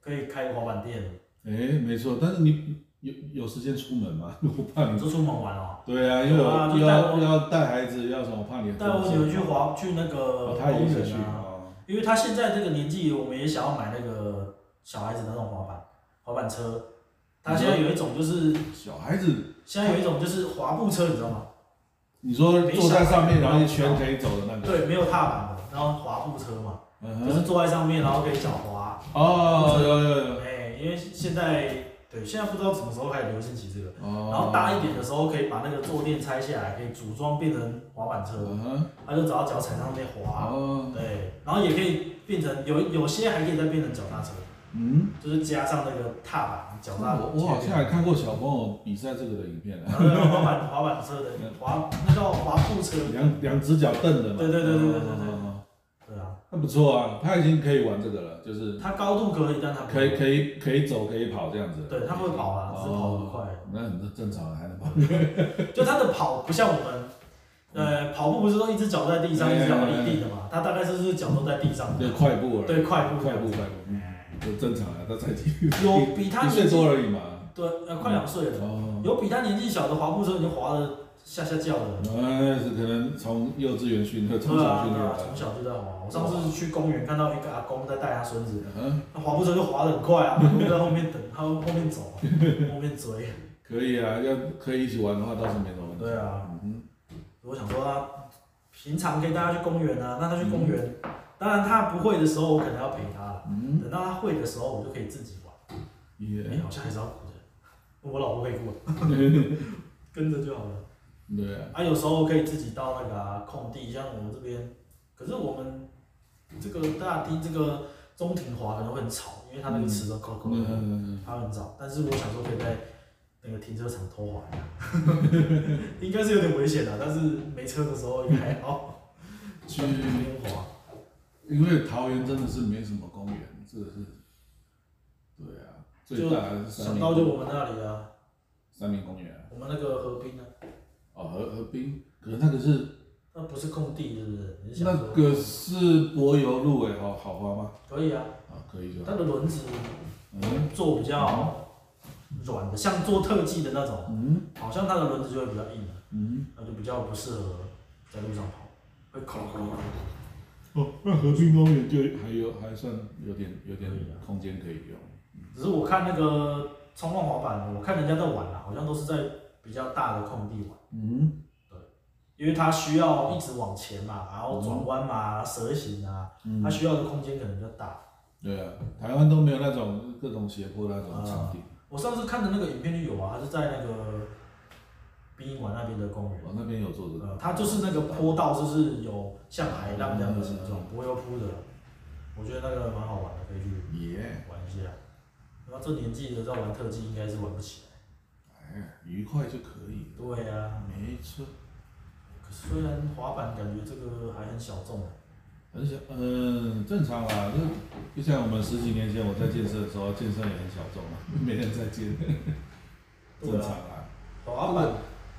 B: 可以开个滑板店，
A: 哎，没错。但是你有有时间出门吗？ 我怕
B: 你
A: 你。
B: 就出门玩哦。
A: 对啊，因为
B: 有啊
A: 我
B: 就带
A: 要
B: 我
A: 要带孩子，要什么，我怕你。
B: 带我女儿去。滑去那个
A: 哦，他也
B: 公
A: 想去
B: 园啊，
A: 哦
B: 因为她现在这个年纪，我们也想要买那个小孩子的那种滑板滑板车。她现在有一种就是
A: 小孩子，
B: 现在有一种就是滑步车，你知道吗？
A: 你说坐在上面，
B: 没小孩
A: 然后一圈可以走的那个。
B: 对，没有踏板的，然后滑步车嘛，
A: 嗯
B: 就是
A: 哼。
B: 坐在上面，然后可以脚滑。
A: 哦，有有有。
B: 哎，因为现在对，现在不知道什么时候开始流行起这个。
A: 哦。
B: 然后大一点的时候，可以把那个坐垫拆下来，可以组装变成滑板车，
A: 嗯哼。
B: 它就只要脚踩上面滑。
A: 哦。
B: 对，然后也可以变成有有些还可以再变成脚踏车，
A: 嗯。
B: 就是加上那个踏板脚踏。
A: 我我好像还看过小朋友比赛这个的影片呢，
B: 然后那个呃滑板滑板车的滑，那叫滑步车。
A: 两两只脚蹬的嘛。
B: 对对对对对对对
A: 哦
B: 对啊，
A: 那不错啊，他已经可以玩这个了，就是
B: 它高度可以，但它不
A: 可以可以可以走可以跑这样子。哦
B: 对，它会跑啊，只是跑不快。
A: 那很正常啊，还能跑。
B: 就他的跑不像我们，
A: 嗯
B: 呃，跑步不是说一只脚在地上，一只脚离地的嘛？他大概是就是脚都在地上的
A: 对，，快步而已。
B: 对，快步
A: 快步，快步，嗯，就正常啊，他才几
B: 有比他
A: 一岁
B: 年纪
A: 多而已嘛。
B: 对，呃，快两岁了，
A: 哦，
B: 有比他年纪小的滑步车已经滑的下下叫了。
A: 那是可能从幼稚园训，从
B: 对
A: 小
B: 啊，
A: 训
B: 对
A: 练
B: 啊，
A: 的
B: 从。小就在滑。我上次去公园看到一个阿公在带他孙子，
A: 嗯，
B: 那滑步车就滑得很快啊，阿公就在后面等，他后面走，啊后面追。
A: 可以啊，要可以一起玩的话，倒是没什么问题。
B: 对啊，
A: 嗯
B: 我想说他平常可以带他去公园啊，那他去公园，当然他不会的时候，我可能要陪他了。
A: 嗯，
B: 等到他会的时候，我就可以自己玩。
A: 也
B: 哎、好像还是要鼓的，我老婆会鼓，啊跟着就好了。
A: 对啊，
B: 啊，有时候可以自己到那个、啊、空地，像我们这边，可是我们这个大地这个中庭滑可能会很吵，因为它那个池都扣扣的，
A: 嗯，
B: 它很吵。但是我想说可以在那个停车场偷滑呀， 应该是有点危险的，但是没车的时候也还好，
A: 去，
B: 边
A: 嗯
B: 滑。
A: 因为桃园真的是没什么公园，这是，对啊，最大的是三
B: 想
A: 明
B: 到就我们那里啊，
A: 三明公园啊，
B: 我们那个河滨啊，
A: 哦河河滨，可是那个是
B: 那不是空地是不是？你是想
A: 那
B: 说
A: 个是柏油路哎，好好滑吗？
B: 可以啊，
A: 啊，可以就好
B: 它的轮子
A: 嗯
B: 做比较软的，像做特技的那种，
A: 嗯
B: 好像它的轮子就会比较硬，啊
A: 嗯，
B: 那就比较不适合在路上跑，会扣扣扣。
A: 哦，那河滨公园就还有还算有点有点
B: 可以啊
A: 空间可以用，
B: 只是我看那个冲浪滑板，我看人家在玩啊，好像都是在比较大的空地玩。
A: 嗯
B: 因为它需要一直往前嘛，然后转弯嘛、蛇形啊，它
A: 嗯，
B: 需要的空间可能比较大。
A: 对啊，台湾都没有那种各种斜坡那种场地，
B: 我上次看的那个影片就有啊，它是在那个殡仪馆那边的公园，
A: 我哦那边有做这
B: 呃
A: 个，，
B: 它就是那个坡道，就是有像海浪这样的形状，不会又铺的。我觉得那个蛮好玩的，可以去
A: 耶，
B: 玩一下。然后这年纪的在玩特技应该是玩不起来。
A: 哎，愉快就可以了，
B: 对啊，
A: 没错。
B: 可是虽然滑板感觉这个还很小众啊，
A: 很小，嗯，正常啦，就就像我们十几年前我在健身的时候，健身也很小众啊， 没人在健，正常啦。
B: 滑板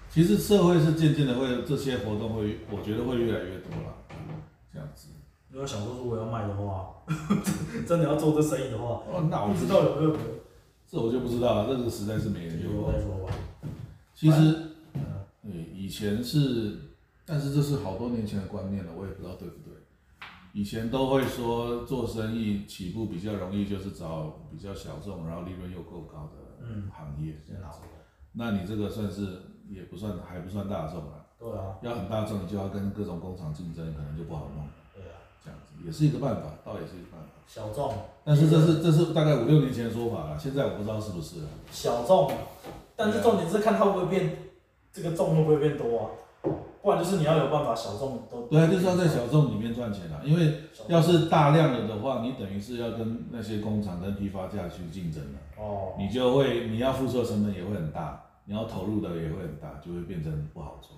A: 其实社会是渐渐的会这些活动会，我觉得会越来越多啦，这样子。
B: 如果想说如果要卖的话， 真的要做这生意的话，
A: 哦，那
B: 不
A: 我
B: 知
A: 知
B: 道
A: 道，
B: 有没有
A: 这我就不知道了，这个实在是没人
B: 以
A: 有
B: 后
A: 过
B: 再。说吧。
A: 其实，呃，以前是，但是这是好多年前的观念了，我也不知道对不对。以前都会说做生意起步比较容易，就是找比较小众，然后利润又够高的
B: 嗯
A: 行业这
B: 先
A: 样
B: 拿
A: 子。
B: 出来。
A: 那你这个算是也不算，还不算大众了。
B: 对啊，
A: 要很大众，你就要跟各种工厂竞争，可能就不好弄。
B: 对啊，
A: 这样子也是一个办法，倒也是一个办法。
B: 小众，
A: 但是这是这是大概五六年前的说法了，现在我不知道是不是了。
B: 小众，但是重点是看它会不会变，这个众会不会变多啊？不然就是你要有办法小众都啊
A: 对啊，就是要在小众里面赚钱啦，因为
B: 小
A: 要是大量的的话，你等于是要跟那些工厂跟批发价去竞争了，
B: 哦，
A: 你就会你要付出的成本也会很大，你要投入的也会很大，就会变成不好做，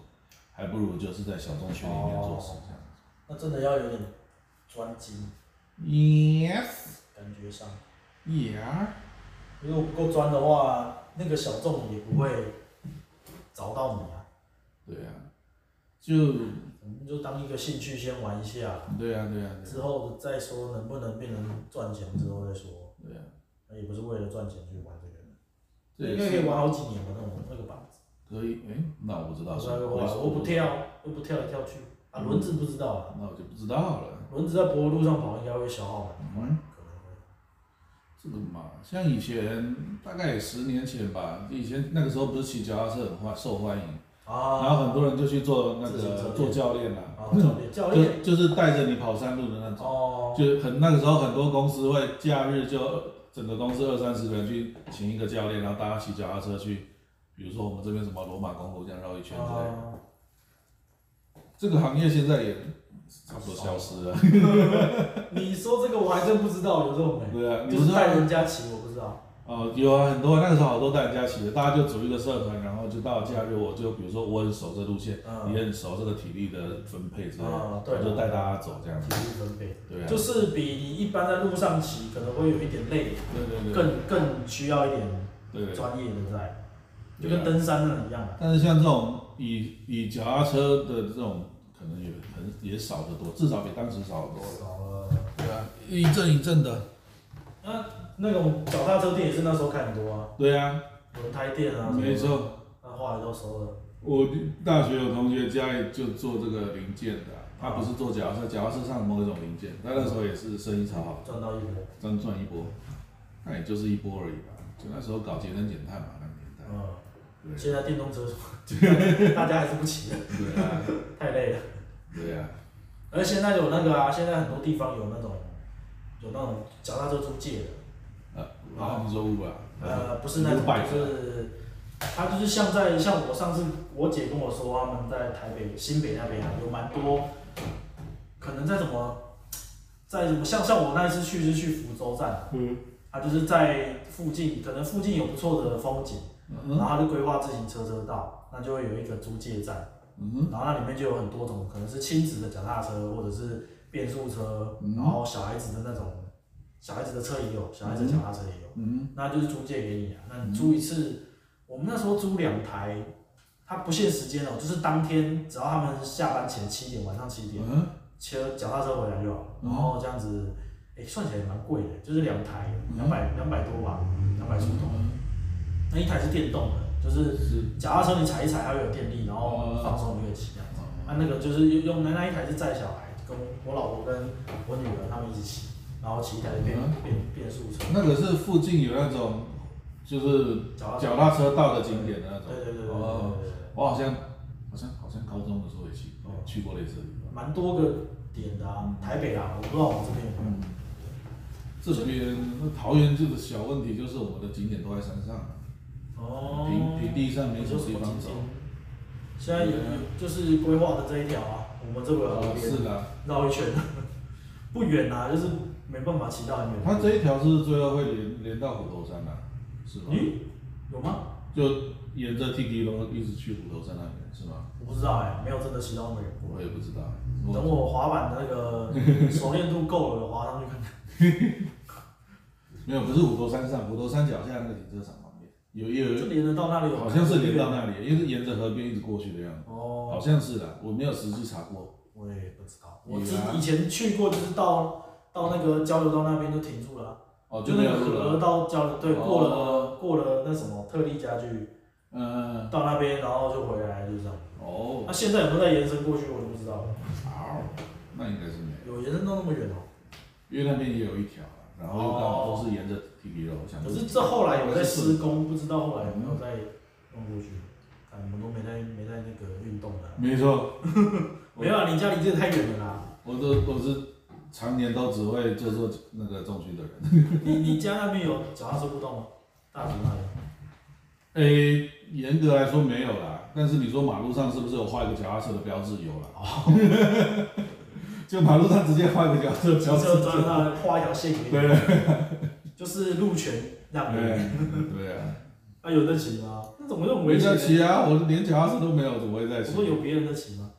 A: 还不如就是在小众区里面做事这样子。
B: 那真的要有点专精，
A: Yes,
B: 感觉上，
A: yeah.
B: 如果不够专的话，那个小众也不会找到你啊。
A: 对啊，就
B: 我们就当一个兴趣先玩一下，
A: 对啊，对啊，
B: 之后再说能不能变成赚钱，之后再说。
A: 对啊，啊
B: 那也不是为了赚钱去玩这个。
A: 这
B: 应
A: 也
B: 该可以
A: 是
B: 玩好几年吧，那种那个板子。
A: 可以。哎，那我不知嗯道，
B: 我不跳，又不跳来跳去啊，轮子不知道啊，
A: 那我就不知道了。
B: 轮子在柏油路上跑应该会消耗蛮快，
A: 嗯
B: 可能会。
A: 这个嘛，像以前大概十年前吧，以前那个时候不是骑脚踏车很欢受欢迎，
B: 啊，
A: 然后很多人就去做那
B: 自行车
A: 个做教练啦、
B: 啊，教练教练
A: 就就是带着你跑山路的那种，
B: 哦，
A: 嗯就很那个时候很多公司会假日就呃整个公司二三十个人去请一个教练，然后大家骑脚踏车去，比如说我们这边什么罗马公路这样绕一圈之类的。
B: 啊
A: 这个行业现在也差不多消失了，
B: 你说这个我还真不知道有这种人，
A: 对啊，你
B: 哦就
A: 知
B: 是
A: 道
B: 带人家骑，我不知道。
A: 哦，有啊，很多那个时候好多带人家骑的，大家就组一个社团，然后就到假日，我就比如说我很熟这路线，
B: 嗯
A: 你很熟这个体力的分配之类的，
B: 啊，对
A: 我
B: 啊，
A: 就带大家走这样子，
B: 体力分配，
A: 对啊，
B: 就是比你一般在路上骑可能会有一点累，
A: 对对对，
B: 更更需要一点
A: 对对
B: 专业的在，就
A: 对
B: 跟
A: 啊。
B: 登山那一样啊。
A: 但是像这种以以脚踏车的这种，可能也很也少得多，至少比当时少得多了。
B: 少了。
A: 对啊，一阵一阵的。
B: 那种脚踏车店也是那时候开很多啊，
A: 对啊，
B: 轮胎店啊，
A: 没，错。
B: 那后来都收了。
A: 我大学有同学家里就做这个零件的啊、他不是做脚踏车，脚踏车上某一种零件，他那时候也是生意超好，
B: 赚到一波，
A: 赚赚一波，那也就是一波而已吧。就那时候搞节能减碳嘛，那个年代，
B: 嗯，
A: 对
B: 现在电动车 就是大家还是不骑了，
A: 对啊，
B: 太累了。
A: 对啊，
B: 而现在有那个啊，现在很多地方有那种有那种脚踏车租借的，
A: 呃，然后你说 Uber，啊
B: 呃，不是那种，
A: Uber
B: 就是它就是像在像我上次我姐跟我说，他们在台北新北那边啊，有蛮多，可能在什么，在什么像像我那一次去是去福州站，
A: 嗯，
B: 它就是在附近，可能附近有不错的风景，
A: 嗯
B: 然
A: 哼
B: 后他就规划自行车车道，那就会有一个租借站，
A: 嗯哼
B: 然后那里面就有很多种，可能是亲子的脚踏车，或者是变速车，
A: 嗯
B: 然后小孩子的那种，小孩子的车也有，小孩子的脚踏车也有，
A: 嗯
B: 那就是租借给你啊。那你租一次，我们那时候租两台，它不限时间哦，就是当天只要他们下班前七点，晚上七点，
A: 嗯
B: 车脚踏车回来就好了，
A: 嗯嗯
B: 然后这样子，哎、算起来也蛮贵的，就是两台两百两百多吧，两百出头。那一台是电动的，就是
A: 是
B: 脚踏车你踩一踩，它会有电力，然
A: 哦
B: 后放松你会骑这样子。啊，那个就是用那那一台是载小孩，跟我老婆跟我女儿他们一起骑，然后骑一台变
A: 嗯
B: 变变速车。
A: 那个是附近有那种就是
B: 脚踏车
A: 脚踏车道的景点的那种。
B: 对对对对对
A: 哦
B: 对对对，
A: 我好像好像好像高中的时候也去
B: 哦
A: 去过类似的地方。
B: 蛮多个点的啊，台北啊，我不知道我们这边有
A: 嗯
B: 没有。
A: 这边桃园这个小问题就是我们的景点都在山上啊，
B: 哦，
A: 平平地上没什么地方走。
B: 现在有就是规划的这一条啊，我们这个
A: 哦
B: 河边
A: 是的，
B: 绕一圈， 不远啊，就是没办法骑到很远。
A: 它这一条是最后会连连到虎头山的、是吗？
B: 咦，有吗？
A: 就沿着 T T 龙一直去虎头山那边是吗？
B: 我不知道哎、没有真的骑到那么远过。
A: 我也不知道，
B: 等
A: 我
B: 我滑板的那个熟练度够了，我滑上 去看看。
A: 没有，不是虎头山上，虎头山脚下那个停车场旁边有也
B: 就
A: 有，
B: 连得到那里有，
A: 好像是连到那里，因为是沿着河边一直过去的样子，好
B: 哦，
A: 像是的，我没有实际查过。
B: 我也不知道，
A: 有
B: 我
A: 啊
B: 之以前去过，就是到到那个交流道那边就停住了啊，
A: 哦，
B: 就
A: 没
B: 那
A: 有
B: 个
A: 路了。
B: 河到交流，对，
A: 哦
B: 过了过了那什么特利家具，
A: 嗯，
B: 到那边然后就回来，就这样。
A: 哦
B: 那，现在有没有在延伸过去，我就不知道了。
A: 好，那应该是没有。
B: 有延伸到那么远哦、
A: 因为那边也有一条啊，然后刚好都是沿着 T P 楼，我想
B: 可
A: 说
B: 是这后来有在施工，不知道后来有没有在弄过去。哎，我们都没在没在那个运动的啊。
A: 没错，
B: 没有啊，你家离这个太远了啦。
A: 我都我是常年都只会做做那个重训的人。
B: 你 你家那边有脚踏车步道吗？大竹那里。
A: 诶，严格来说没有啦，但是你说马路上是不是有画一个脚踏车的标志？有啦，
B: 哦
A: 就马路上直接画一个脚踏车的标
B: 只 有
A: 志，
B: 专那画一条线给
A: 对
B: 你，
A: 对
B: 就是路权让你。
A: 对啊，
B: 啊，有在骑吗？那怎么那么危
A: 没
B: 险
A: 在
B: 呢？
A: 骑啊，我连脚踏车都没有，怎么会在
B: 我
A: 骑？
B: 说有别人在骑吗？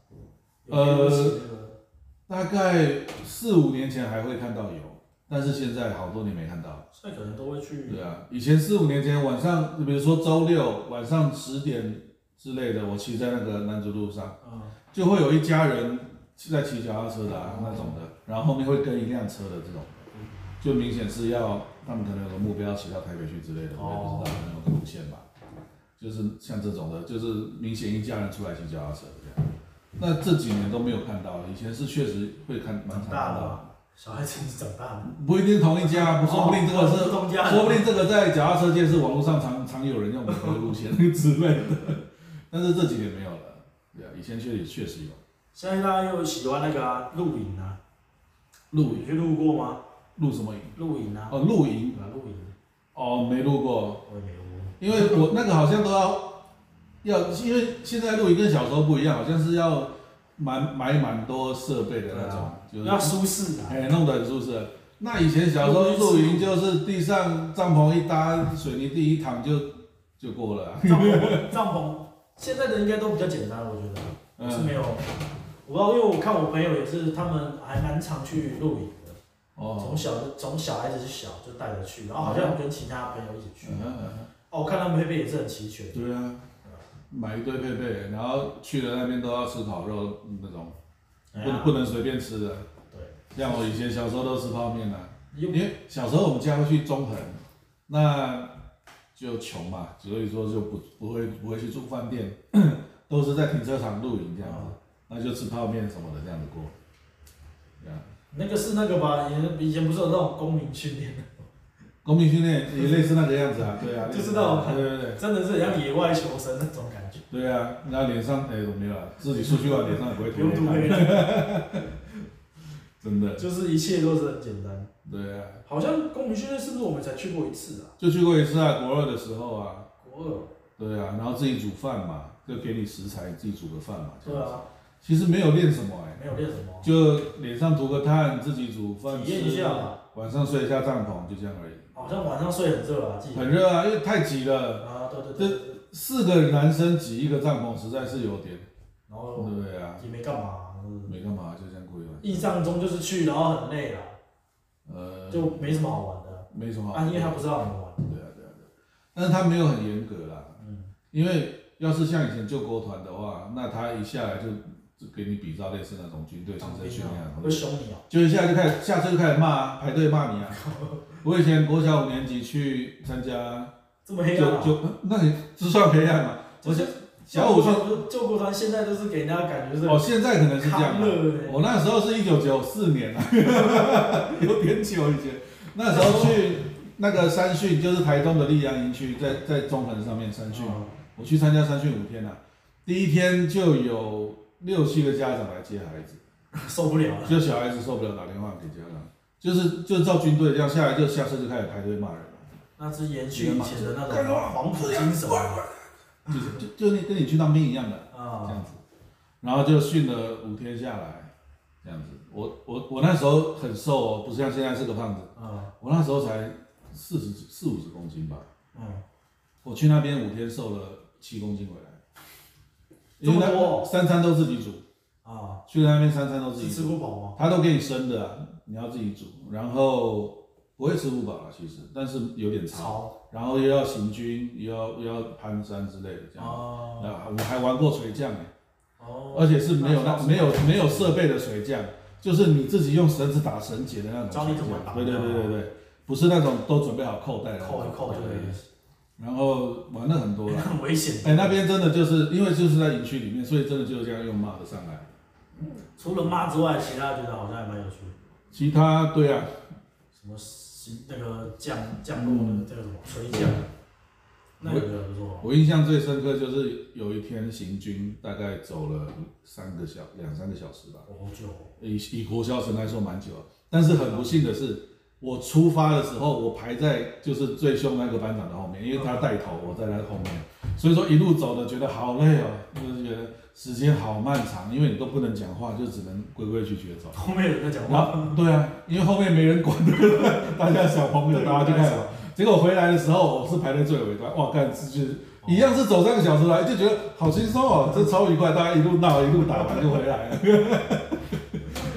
B: 有别人
A: 呃
B: 在骑那个
A: 大概四五年前还会看到有，但是现在好多年没看到了。
B: 现在可能都会去
A: 对啊，以前四五年前晚上，比如说周六晚上十点之类的，我骑在那个南竹路上，
B: 嗯
A: 就会有一家人是在骑脚踏车的、啊、那种的，然后后面会跟一辆车的这种，就明显是要他们可能有个目标骑到台北去之类的，
B: 哦
A: 我也不知道那种路线吧。就是像这种的，就是明显一家人出来骑脚踏车这样。那这几年都没有看到了，以前是确实会看蛮常
B: 长
A: 看
B: 大
A: 到
B: 啊了
A: 的。
B: 吧，小孩子长大了，
A: 不一定同一家，啊不说不定这个是
B: 哦中间
A: 说不定这个在脚踏车界是网络上常常有人用的这个路线之类的，但是这几年没有了。对啊，以前确实确实有
B: 现在大家又喜欢那个啊露营啊，
A: 露
B: 你去露过吗？
A: 露什么营？
B: 露营啊，
A: 哦，露营
B: 啊露营，
A: 哦，没露过，
B: 我也没有过。
A: 因为我那个好像都要要，因为现在露营跟小时候不一样，好像是要蛮买蛮多设备的那
B: 对
A: 种
B: 啊，
A: 就是
B: 要舒适啊，
A: 哎，弄得很舒适。那以前小时候露营就是地上帐篷一搭，水泥地一躺就就过了啊、
B: 帐篷帐篷，现在的应该都比较简单，我觉得我是
A: 嗯，
B: 没有，我不知道，因为我看我朋友也是，他们还蛮常去露营的，
A: 哦，
B: 从小从小孩子是小就带着去，然后好像跟其他朋友一起去
A: 嗯，嗯
B: 哦，我看他们配备也是很齐全
A: 嗯，对啊，买一堆配备，然后去了那边都要吃烤肉那种，
B: 哎
A: 不
B: 呀
A: 能不能随便吃的。
B: 对，
A: 像我以前小时候都吃泡面啊，因
B: 又
A: 为小时候我们家会去中横，那就穷嘛，所以说就不不会不会去住饭店， 都是在停车场露营这样子，那就吃泡面什么的这样子过。对啊
B: 那个是那个吧，以前以前不是有那种公民训练，
A: 公民训练也类似那个样子啊，对啊，
B: 就是那种
A: 类似对对对，
B: 真的是很像野外求生那种感觉，
A: 对啊，然后脸上哎、我没有了，自己出去玩脸上也不会
B: 不
A: 涂
B: 用
A: 黑
B: 涂
A: 炭，
B: 黑炭，
A: 真的，
B: 就是一切都是很简单。
A: 对啊，
B: 好像公民训练是不是我们才去过一次啊？
A: 就去过一次啊，国二的时候啊，
B: 国二，
A: 对啊，然后自己煮饭嘛，就给你食材，自己煮个饭嘛，这
B: 对
A: 样子
B: 啊，
A: 其实没有练什么哎、
B: 没有练什么，
A: 就脸上涂个炭，自己煮饭
B: 体验一
A: 吃
B: 下，嘛。
A: 晚上睡一下帐篷，就这样而已。
B: 好像晚上睡很热啊，记得
A: 很热啊，因为太挤了，
B: 啊，对对对，对
A: 四个男生挤一个帐篷，实在是有点，
B: 然
A: 对
B: 后
A: 不对啊？
B: 也没干嘛，嗯
A: 没干嘛，就这样过一晚。
B: 印象中就是去，然后很累了，
A: 呃，
B: 就没什么好玩的
A: 没什么好。
B: 啊，因为他不知道你们玩，
A: 对啊，对啊，对啊。但是他没有很严格啦，
B: 嗯，
A: 因为要是像以前救国团的话，那他一下来就就给你比照类似那种军队
B: 当
A: 政
B: 兵
A: 治训练
B: 啊
A: 啊，
B: 会凶你哦，
A: 就一下就开始下车就开始骂啊，排队骂你 啊。我以前国小五年级去参加
B: 这么黑暗
A: 就
B: 啊，
A: 就那你这算黑暗吗？我
B: 就是
A: 想小五去
B: 团不是救国团，现在就是给人家感觉是
A: 哦，现在可能是这样吧。
B: 康乐欸
A: 我那时候是一九九四年 啊，有点久以前。那时候去那个山训，就是台东的溧阳营区，在在中横上面山训。
B: 嗯
A: 我去参加山训五天啊，第一天就有六七个家长来接孩子，
B: 受不了了，
A: 就小孩子受不了打电话给家长，就是就照军队这样下来，就下车就开始排队骂人了。
B: 那是延续以前的那
A: 干
B: 种
A: 嘛
B: 黄埔精神啊
A: 就是就就你跟你去当兵一样的这
B: 啊，
A: 样子，然后就训了五天下来，这样子，我我我那时候很瘦哦，不像现在是个胖子，
B: 嗯
A: 我那时候才四十四五十公斤吧，
B: 嗯，
A: 我去那边五天瘦了七公斤回来，
B: 这么
A: 因为那
B: 多
A: 三餐都自己煮，
B: 啊，
A: 去那边三餐都自
B: 是
A: 己
B: 吃
A: 煮，
B: 不饱吗？
A: 他都给你生的、啊，你要自己煮，然后不会吃不饱了其实，但是有点吵，
B: 潮
A: 然后又要行军，又要又要攀山之类的这样。
B: 啊，
A: 啊，我还玩过水降哎，
B: 哦，
A: 而且是没有
B: 那
A: 那没有没有设备的水降，就是你自己用绳子打绳结的那种水
B: 教
A: 降。
B: 你怎么打
A: 对对对对对，不是那种都准备好扣带的那种。
B: 扣一扣就可以了，
A: 然后玩了很多 啦。
B: 很危险。
A: 哎，那边真的就是因为就是在营区里面，所以真的就是这样用骂的上来。
B: 除了骂之外，其他觉得好像还蛮有趣的。
A: 其他对啊，
B: 什么新那个降降落的这个什么垂降，那个不错。
A: 我印象最深刻就是有一天行军，大概走了三个小两三个小时吧。
B: 好久哦，
A: 以以国消生来说蛮久了，但是很不幸的是，我出发的时候我排在就是最凶那个班长的后面，因为他带头，我在他后面，所以说一路走的觉得好累哦，就是觉得时间好漫长，因为你都不能讲话，就只能规规矩矩的走。
B: 后面有人在讲
A: 然
B: 话，
A: 后对啊，因为后面没人管， 大家小朋友大家就开始玩。结果回来的时候，我是排在最尾端，哇，干，就是一样是走三个小时来，就觉得好轻松哦，这超愉快，大家一路闹一路打完就回来 了。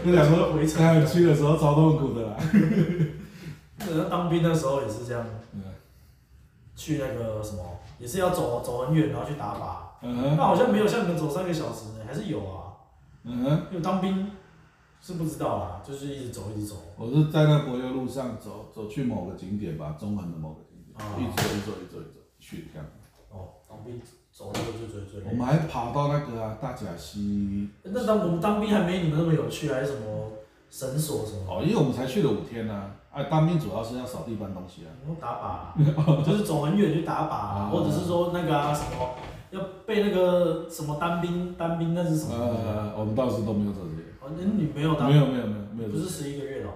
A: 就想说
B: 哦回程
A: 哎呀去的时候超痛苦的啦。
B: 人家当兵的时候也是这样，
A: 嗯
B: 去那个什么，也是要走走很远，然后去打靶。
A: 嗯
B: 那
A: 哼，
B: 好像没有像你们走三个小时的，还是有啊。
A: 嗯哼，
B: 因为当兵是不知道啦，就是一直走一直走。
A: 我是在那柏油路上走走去某个景点吧，中横的某个景点，一直走一直走一直走一直走去这样。
B: 啊哦，当兵走那个最最最
A: 我们还跑到那个啊大甲溪
B: 那当我们当兵还没你们那么有趣，还是什么绳索什么，
A: 哦，因为我们才去了五天呢、啊，当兵主要是要扫地搬东西啊。
B: 然后 打靶，就是走很远去打靶啊，或者是说那个啊什么，要被那个什么单兵单兵那是什么？哦，
A: 呃，我们当时都没有走这些，
B: 那你没有当
A: 没，有没有没有没有
B: 不
A: 这
B: 是
A: 些。
B: 十一个月了，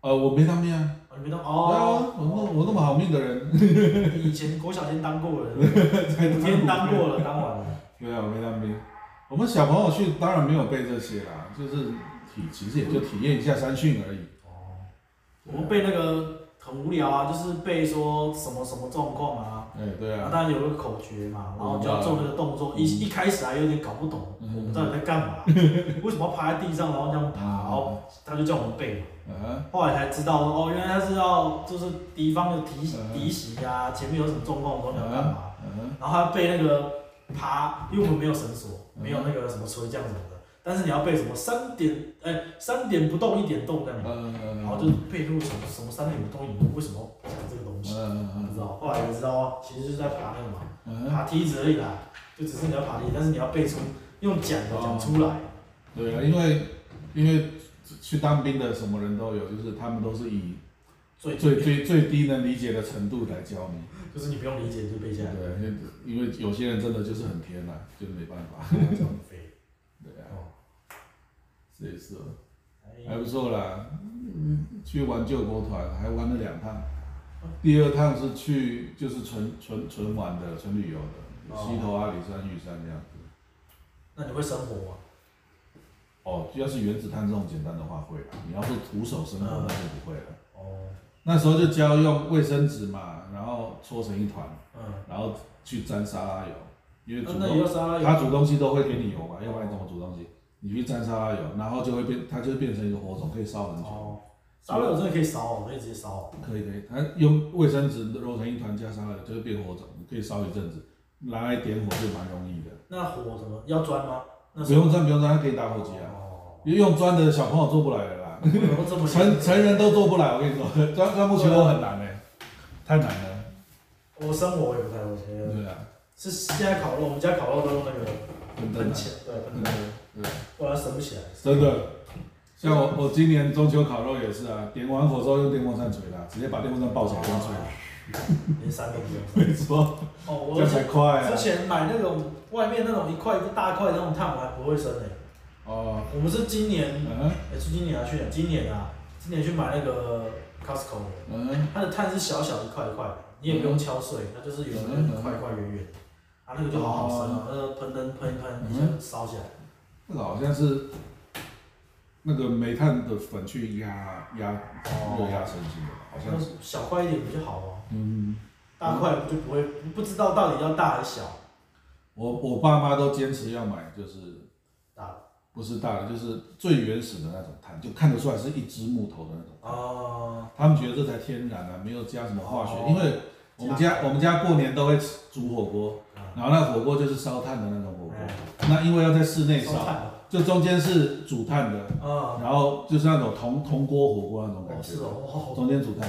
A: 呃，我没当兵啊。
B: 哦，你没当
A: 对啊，
B: 哦
A: 我，那我那么好命的人，啊
B: 你以前国小先当过 了，五
A: 才当
B: 天
A: 兵
B: 当。过了，当完了，哦
A: 对啊，我没当兵。我们小朋友去当然没有背这些啦，就是体其实也就体验一下山训而已。
B: 哦，我们被那个很无聊啊，就是被说什么什么状况啊，
A: 哎，对
B: 啊，
A: 啊，
B: 当然有个口诀嘛，然后就要做那个动作，一一开始还有点搞不懂，我
A: 嗯
B: 们到底在干嘛？为什么要趴在地上，然后这样爬？
A: 嗯
B: 然后他就叫我们背嘛，
A: 啊，
B: 后来才知道哦，原来他是要就是敌方的敌
A: 嗯
B: 敌袭啊，前面有什么状况，我们要干嘛？
A: 嗯，
B: 然后他背那个爬，因为我们没有绳索，没有那个什么垂降什么的，但是你要背什么三点，哎，三点不动一点动这样，然后
A: 呃，
B: 就背出什么什么三点不动一点动，为什么要讲这个东西？不
A: 嗯，
B: 知道，后来才知道哦，其实就是在爬那个嘛。
A: 嗯，
B: 爬梯子而已啦，就只是你要爬梯，但是你要背出用讲的讲出来。
A: 对啊，因为因为去当兵的什么人都有，就是他们都是以
B: 最
A: 最最最低能理解的程度来教你。
B: 就是你不用理解就背下来，
A: 对，因为有些人真的就是很天呐、就没办法。
B: 这样飞。
A: 对啊，
B: 哦，
A: 这也是哦还
B: 哎
A: 不错啦。嗯，去玩救国团还玩了两趟，第二趟是去就是纯纯纯玩的，纯旅游的，
B: 哦
A: 西头阿里山、玉山这样子。
B: 那你会生活吗？
A: 哦，要是原子弹这种简单的话会啦，你要是徒手生活
B: 嗯
A: 那就不会了。
B: 哦，
C: 哦，
A: 那时候就教用卫生纸嘛，然后搓成一团，
B: 嗯，
A: 然后去沾沙拉油，因为
B: 那
A: 煮
B: 哦那
A: 东
B: 也要沙拉油，
A: 他煮东西都会给你油嘛，要不然你怎么煮东西？你去沾沙拉油，然后就会变，它就变成一个火种，可以烧很久。
C: 哦，
B: 沙拉油真的可以烧哦，可以直接烧哦。
A: 可以可以，它用卫生纸揉成一团加沙拉油，就会变火种，可以烧一阵子，拿来点火就蛮容易的。
B: 那火怎么要钻吗？那
A: 不用钻，不用钻，它可以打火机啊。
C: 哦，
A: 因为用钻的小朋友做不来了 啦，
B: 我这么
A: 成成人都做不来，我跟你说，钻钻木取火很难哎、太难了。
B: 我生活我也不太会，觉得
A: 对啊，
B: 是现在烤肉，我们家烤肉都用那个
A: 很难
B: 喷。钱，对，喷
A: 嗯
B: 钱，
A: 对，
B: 不然省不起来。
A: 真的。像我，我今年中秋烤肉也是啊，点完火之后用电风扇吹的啊，直接把电风扇抱起来这样吹。
B: 连三个都不 用。
A: 没错，
B: 哦，
A: 这
B: 我
A: 样才快啊
B: 之！前买那种外面那种一块一大块的那种炭，我还不会生呢、
A: 哦，
B: 我们是今年，
A: 嗯
B: 也、是今年啊，去年，今年啊，今年去买那个 Costco，的
A: 嗯
B: 它的炭是小小一块一块的，你也不用敲碎，它就是有那个一块一块圆圆的，啊，那个就好好生啊，那个喷灯喷一喷，一下烧起来。
A: 那个好像是那个煤炭的粉去压压热压成型的，好
B: 哦那
A: 像是。
B: 小块一点比较好哦，
A: 嗯，
B: 大块就不会不知道到底要大还是小，
A: 我我爸妈都坚持要买，就是
B: 大了
A: 不是大的，就是最原始的那种炭，就看得出来是一支木头的那种。
B: 哦，
A: 他们觉得这才天然啊，没有加什么化学。
B: 哦
A: 因为我们家我们家过年都会吃煮火锅，然后那火锅就是烧炭的那种火锅。那因为要在室内
B: 哎烧
A: 烧，
B: 炭
A: 就中间是煮炭的，
B: 啊，
A: 然后就是那种铜铜锅火锅那种
B: 哦
A: 感觉
B: 是，哦，哇好
A: 中间煮炭，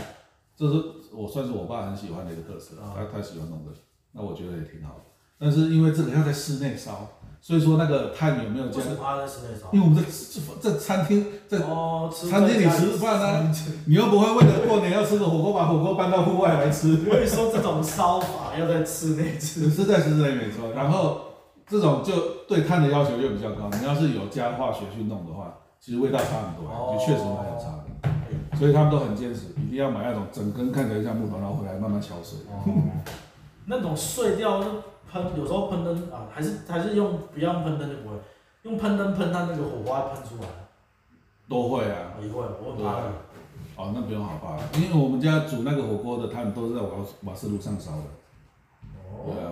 A: 这是我算是我爸很喜欢的一个特色
B: 哦，
A: 他他喜欢弄这个，那我觉得也挺好的。但是因为这个要在室内烧，所以说那个炭有没有
B: 为
A: 加
B: 什？么他在室内烧？
A: 因为我们在这这餐厅在
B: 哦，吃
A: 餐厅里吃饭啊，你又不会为了过年要吃个火锅把火锅搬到户外来吃，
B: 我跟你说，这种烧法要在室内
A: 只
B: 吃。
A: 是在室内没错。然后这种就对碳的要求就比较高，你要是有加化学去弄的话，其实味道差很多，
B: 哦
A: 就确实蛮有差的。所以他们都很坚持，一定要买那种整根看起来像木头，然后回来慢慢敲碎。
B: 那种碎掉就喷，有时候喷灯啊，还是还是用不要用喷灯就不会，用喷灯喷它那个火花喷出来。
A: 都会啊，
B: 我一会儿我很怕那个
A: 哦，那不用好爸，因为我们家煮那个火锅的炭都是在瓦瓦斯炉上烧的，
B: 哦
A: 对啊，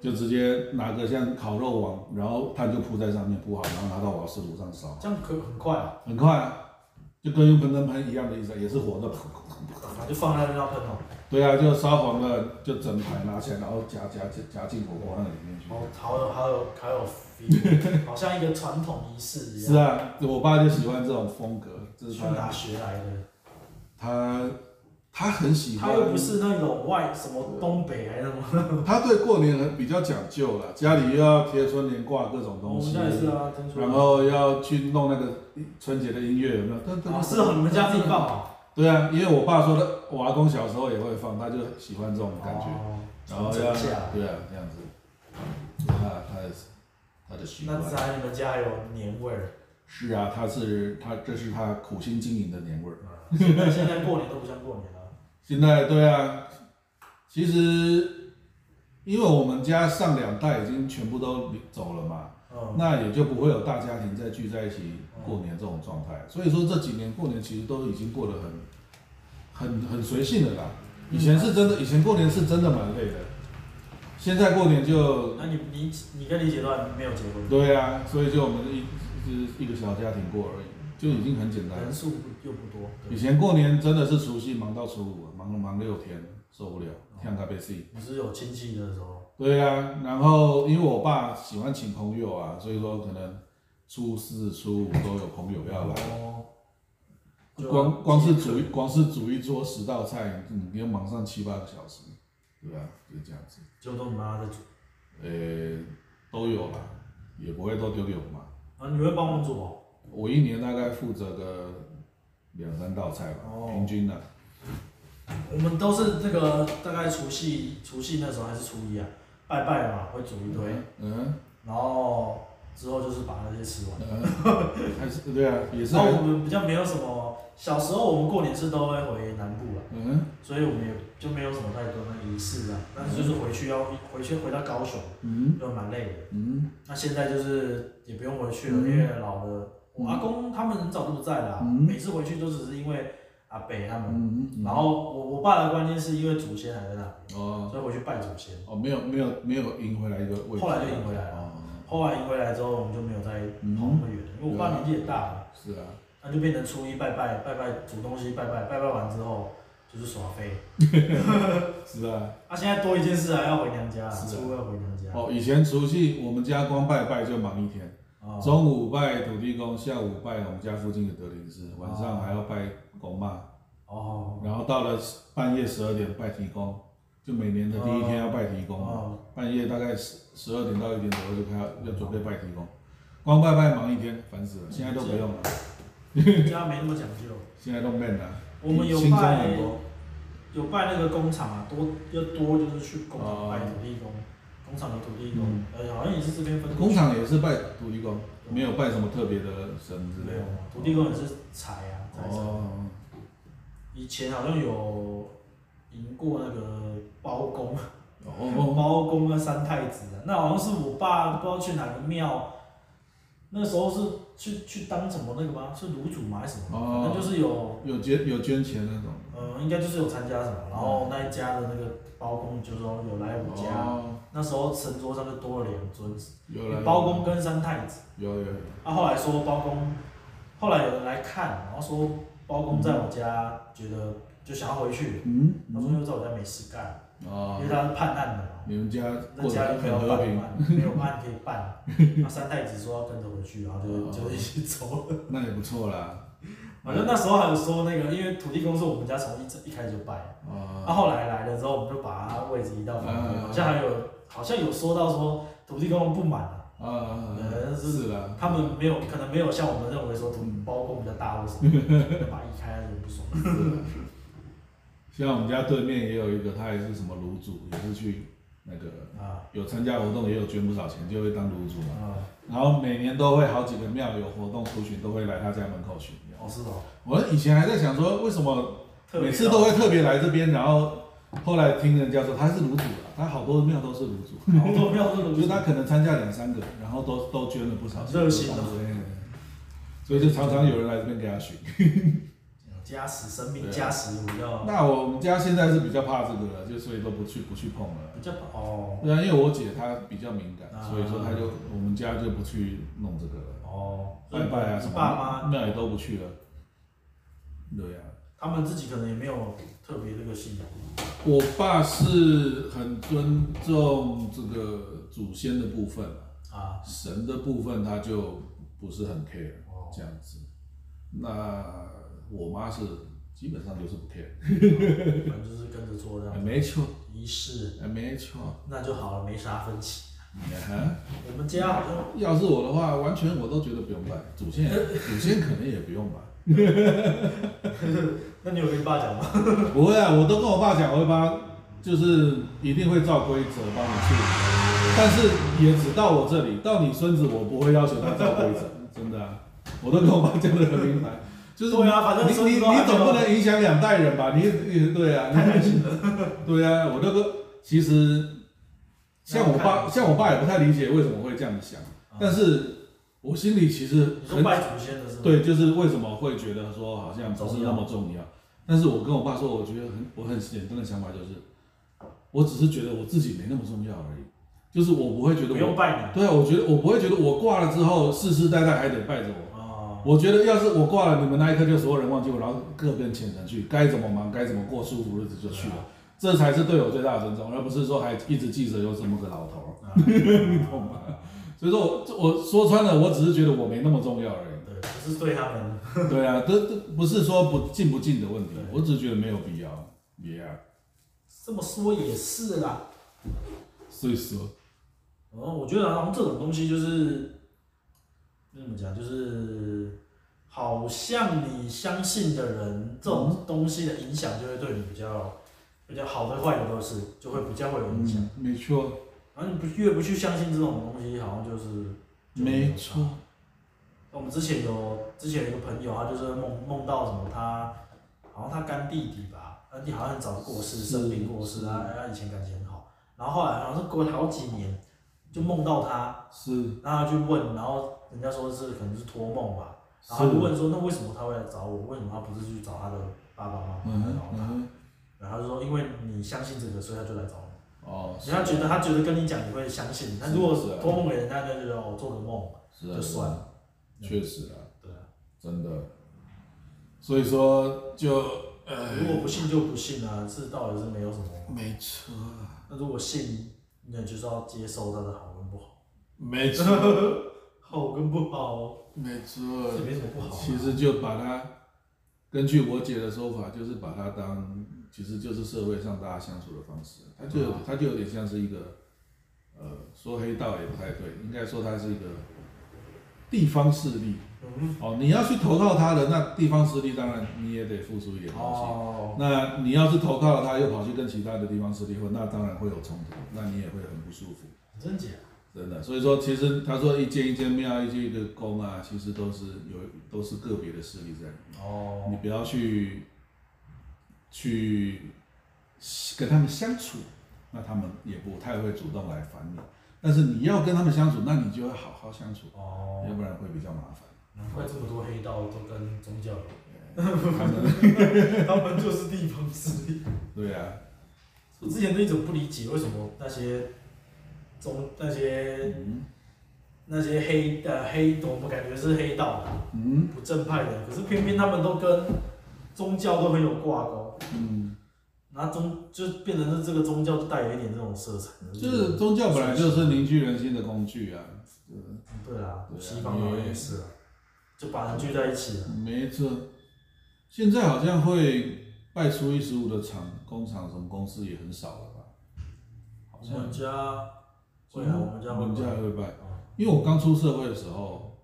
A: 就直接拿个像烤肉网，然后炭就铺在上面铺好，然后拿到瓦斯炉上烧。
B: 这样可很快啊，
A: 很快啊，就跟用喷灯喷一样的意思啊，也是火的。
B: 就放在那边要喷哦。
A: 对啊，就烧黄了，就整排拿起来，然后夹夹夹夹进火锅那里面去。
B: 哦，好有好有好有 feel，好像一个传统仪式一
A: 是
B: 样。
A: 啊，我爸就喜欢这种风格，这是
B: 去
A: 他
B: 哪学来的？
A: 他他很喜欢。
B: 他又不是那种外什么东北还是什么，
A: 他对过年很比较讲究了，家里又要贴春联挂各种
B: 我
A: 东
B: 们
A: 西，
B: 家也是啊，真出来
A: 然后要去弄那个春节的音乐有没有？但
B: 啊是哦，你们家自己放哦，
A: 对啊，因为我爸说的，我阿公小时候也会放，他就喜欢这种感觉。
B: 哦
A: 然后
B: 传
A: 要
B: 承下来
A: 对啊，这样子，他他的他的习
B: 那
A: 惯
B: 自然你们家还有年味儿，
A: 是啊，他是他这是他苦心经营的年味儿。
B: 现在现在过年都不像过年了。
A: 现在对啊，其实因为我们家上两代已经全部都离走了嘛，
B: 嗯，
A: 那也就不会有大家庭再聚在一起过年这种状态。所以说这几年过年其实都已经过得很很很随性的啦。以前是真的，以前过年是真的蛮累的，现在过年就
B: 那你你你跟李姐都还没有结婚，
A: 对呀、所以就我们一就是一个小家庭过而已，就已经很简单
B: 人
A: 了。
B: 数不又不多。
A: 以
B: 对
A: 前过年真的是除夕忙到初五，忙忙六天，受不了，天咖被死。
B: 你是有亲戚的时候，
A: 对呀、然后因为我爸喜欢请朋友啊，所以说可能初四、初五都有朋友要来。
B: 哦，就
A: 光光是煮一光是煮一桌十道菜，嗯你要忙上七八个小时，对吧、就这样子。
B: 就都你妈在煮，
A: 呃，都有啦，也不会都丢给我妈。
B: 啊，你会帮忙煮哦，
A: 我一年大概负责个两三道菜吧，
B: 哦
A: 平均的、
B: 我们都是这个大概除夕除夕那时候还是初一啊，拜拜嘛会煮一堆，
A: 嗯
B: 然后之后就是把那些吃完。
A: 嗯，还是对啊，也是
B: 然
A: 还
B: 后我们比较没有什么，小时候我们过年是都会回南部了。啊
A: 嗯
B: 所以我们也就没有什么太多的仪式啊。但是就是回去要回去回到高雄，
A: 嗯
B: 就蛮累的。
A: 嗯
B: 那现在就是也不用回去了，
A: 嗯
B: 因为老了，我阿公他们很早就不在了啊、
A: 嗯
B: 每次回去都只是因为阿阿伯他们。
A: 嗯嗯，
B: 然后我我爸的观念是因为祖先还在那边，
A: 哦
B: 所以回去拜祖先。
A: 哦，没有没有没有赢回来一个位置，
B: 后来就赢回来了
A: 哦，
B: 后来一回来之后，我们就没有再
A: 嗯
B: 跑那么远了，因为我爸年纪也大了，
A: 是啊，
B: 那就变成初一拜拜拜拜煮东西拜拜拜拜完之后就是耍飞。
A: 是啊，
B: 啊，现在多一件事啊，要回娘家啊，
A: 是啊
B: 初二回娘家。
A: 哦，以前除夕我们家光拜拜就忙一天。
B: 哦
A: 中午拜土地公，下午拜我们家附近的德林寺，晚上还要拜公妈，
B: 哦
A: 然后到了半夜十二点拜提公，就每年的第一天要拜提公，
B: 哦，
A: 半夜大概十十二点到一点左右就开始要准备拜提公，光拜拜忙一天，烦死了，现在都不用了，
B: 家没那么讲究。
A: 现在都闷了，
B: 我们有
A: 轻松
B: 拜
A: 很多，
B: 有拜那个工厂啊，多要多就是去工
A: 哦嗯
B: 厂拜土地公，工厂的土地公，呃，好像也是这边分
A: 工厂也是拜土地公，没有拜什么特别的神之
B: 没
A: 类
B: 有
A: 的，
B: 啊，土地公也是财啊，财神。
A: 哦，
B: 以前好像有赢过那个包公，
A: 哦哦，
B: 包公跟三太子啊，那好像是我爸不知道去哪个庙，那时候是去去当什么那个吗？是卤煮吗还是什么？
A: 哦
B: 反正就是有，
A: 有捐有捐钱那种，
B: 呃，应该就是有参加什么，然后那一家的那个包公就说有来我家，
A: 哦，
B: 那时候神桌上就多了两尊，
A: 有了，
B: 包公跟三太子。
A: 有有有，
B: 啊，后来说包公，后来有人来看，然后说包公在我家，觉得就想要回去，
A: 嗯，
B: 他说因为在我家没事干，
A: 哦
B: 因为，他是叛难的嘛，
A: 你们家
B: 那
A: 过
B: 家
A: 得
B: 里没有
A: 很和
B: 办
A: 平，
B: 法，没有办可以 办。那三太子说要跟着回去，然后就
A: 哦
B: 就一起走了。
A: 那也不错啦。
B: 反正那时候还有说那个，因为土地公是我们家从一直一开始就拜，那、
A: 啊，
B: 后来来了之后，我们就把他位置移到旁边，
A: 嗯
B: 好像还有好像有说到说土地公不满啊。
A: 啊，是啦，
B: 他们没有，可能没有像我们认为说
A: 嗯
B: 包公比较大或什么，要把它移开，人不爽。
A: 是啦像我们家对面也有一个，他也是什么卤煮，也是去那个
B: 啊
A: 有参加活动，也有捐不少钱，就会当卤煮嘛。
B: 啊，
A: 然后每年都会好几个庙有活动出巡，都会来他家门口巡庙。
B: 哦是哦，
A: 我以前还在想说，为什么
B: 特别
A: 每次都会特别来这边，然后后来听人家说他是卤煮啦，他好多庙都是卤煮。
B: 好多庙都
A: 我
B: 如
A: 觉得
B: 此
A: 他可能参加两三个，然后都都捐了不少钱，
B: 热心
A: 的
B: 啊，
A: 所以就常常有人来这边给他寻。
B: 加持生命
A: 对啊
B: 加持比较
A: 那我们家现在是比较怕这个了，就所以都不去不去碰了。
B: 比较哦
A: 对啊，因为我姐她比较敏感，
B: 啊
A: 所以说她就我们家就不去弄这个了，
B: 哦，所以
A: 拜拜啊什
B: 你
A: 么
B: 爸妈
A: 庙也都不去了。对啊呀、
B: 他们自己可能也没有特别这个信仰，
A: 我爸是很尊重这个祖先的部分啊，
B: 啊
A: 神的部分他就不是很 care
B: 哦
A: 这样子。那我妈是基本上就是不 care，
B: 反正就是跟着做这
A: 哎
B: 样
A: 没错，
B: 仪式，
A: 哎没错。
B: 那就好了，没啥分歧。
A: 嗯哼
B: 我们家好像
A: 要是我的话，完全我都觉得不用拜，祖先也祖先可能也不用拜。
B: 那你有跟你爸讲吗？
A: 不会啊，我都跟我爸讲，我会帮，就是一定会照规则帮你去，但是也只到我这里，到你孙子我不会要求他照规 则，真的、啊，我都跟我爸讲的很明白。就是
B: 对啊反正
A: 你
B: 孙
A: 你
B: 子都还
A: 你总
B: 没有
A: 不能影响两代人吧？你你对啊，
B: 太
A: 你
B: 担心了，
A: 对啊，我这个其实像我
B: 那我
A: 爸，
B: 看
A: 像我爸也不太理解为什么会这样想，但是我心里其实
B: 啊你说
A: 很
B: 拜祖先的是吗？
A: 对，就是为什么会觉得说好像不是那么重要？但是我跟我爸说，我觉得很我很简单的想法就是，我只是觉得我自己没那么重要而已，就是我不会觉得
B: 不用
A: 我
B: 拜
A: 对啊，我觉得我不会觉得我挂了之后世世代代还得拜着
B: 你
A: 我。
B: 哦，
A: 我觉得要是我挂了，你们那一刻就所有人忘记我，然后各奔前程去，该怎么忙该怎么过舒服日子就去
B: 啊
A: 了，这才是对我最大的尊重，而不是说还一直记着有这么个老头儿。
B: 你
A: 啊懂吗？所以说我，这我说穿了，我只是觉得我没那么重要而已。
B: 对，不是对他们，
A: 对啊，这这不是说不进不进的问题
B: 对，
A: 我只是觉得没有必要。Yeah，
B: 这么说也是啦。
A: 所以说，
B: 然后我觉得好像这种东西就是，那怎么讲，就是嗯好像你相信的人，这种东西的影响就会对你比较比较好的坏的都是，就会比较会有影响。
A: 嗯，没错，
B: 然后你不越不去相信这种东西，好像就是就
A: 嗯没错。
B: 我们之前有之前有一个朋友，他就是梦梦到什么他，好像他干弟弟吧，干弟好像很早就过世，
A: 是
B: 生病过世啊，然后以前感情很好，然后后来好像是过了好几年，就梦到他，
A: 是
B: 然后他去问，然后人家说是可能是托梦吧，然后他就是问说那为什么他会来找我，为什么他不是去找他的爸爸妈
A: 嗯
B: 妈
A: 哼
B: 然后
A: 嗯
B: 他，
A: 哼，
B: 然后他就说因为你相信这个，所以他就来找你。
A: 哦，
B: 你要觉得他觉得跟你讲，你会相信；但如果
A: 是啊
B: 托梦给人家，就觉得哦做个梦，
A: 是啊
B: 就算了。
A: 确实啊，
B: 对啊，
A: 真的，所以说就呃
B: 如果不信就不信啊，这倒也是没有什么。
A: 没错，
B: 那如果信，那你就是要接受他的好跟不 好，
A: 没 错，
B: 好跟不好
A: 没错，
B: 这没什么不好啊。
A: 其实就把它，根据我姐的说法，就是把它当，其实就是社会上大家相处的方式，它就有
B: 啊
A: 它就有点像是一个，呃，说黑道也不太对，应该说它是一个地方势力。
B: 嗯
A: 哦，你要去投靠他的，那地方势力当然你也得付出一点东西。
C: 哦，
A: 那你要是投靠了他，又跑去跟其他的地方势力混，那当然会有冲突，那你也会很不舒服。
B: 真假？
A: 真的，所以说，其实他说一间一间庙，一间一个宫啊，其实都是有都是个别的势力在里面。
C: 哦，
A: 你不要去去跟他们相处，那他们也不太会主动来烦你。但是你要跟他们相处，那你就要好好相处，
C: 哦，
A: 要不然会比较麻烦。
B: 难怪这么多黑道都跟宗教有关，
A: 他们
B: 他们就是地方势力。
A: 对啊，
B: 我之前都一直不理解，为什么那些宗那些
A: 嗯
B: 那些黑呃黑，我们感觉是黑道的
A: 嗯
B: 不正派的，可是偏偏他们都跟宗教都很有挂钩。
A: 嗯，
B: 然后宗就变成是这个宗教就带有一点这种色彩，啊
A: 就是宗教本来就是凝聚人心的工具啊。
B: 嗯对啊，
A: 对啊
B: 西方好像也是啊，就把人聚在一起了。啊
A: 没错，现在好像会拜初一十五的厂工厂什么公司也很少了吧？好
B: 我
A: 像
B: 们家会啊，我们家
A: 我们家还
B: 会
A: 会拜，因为我刚出社会的时候，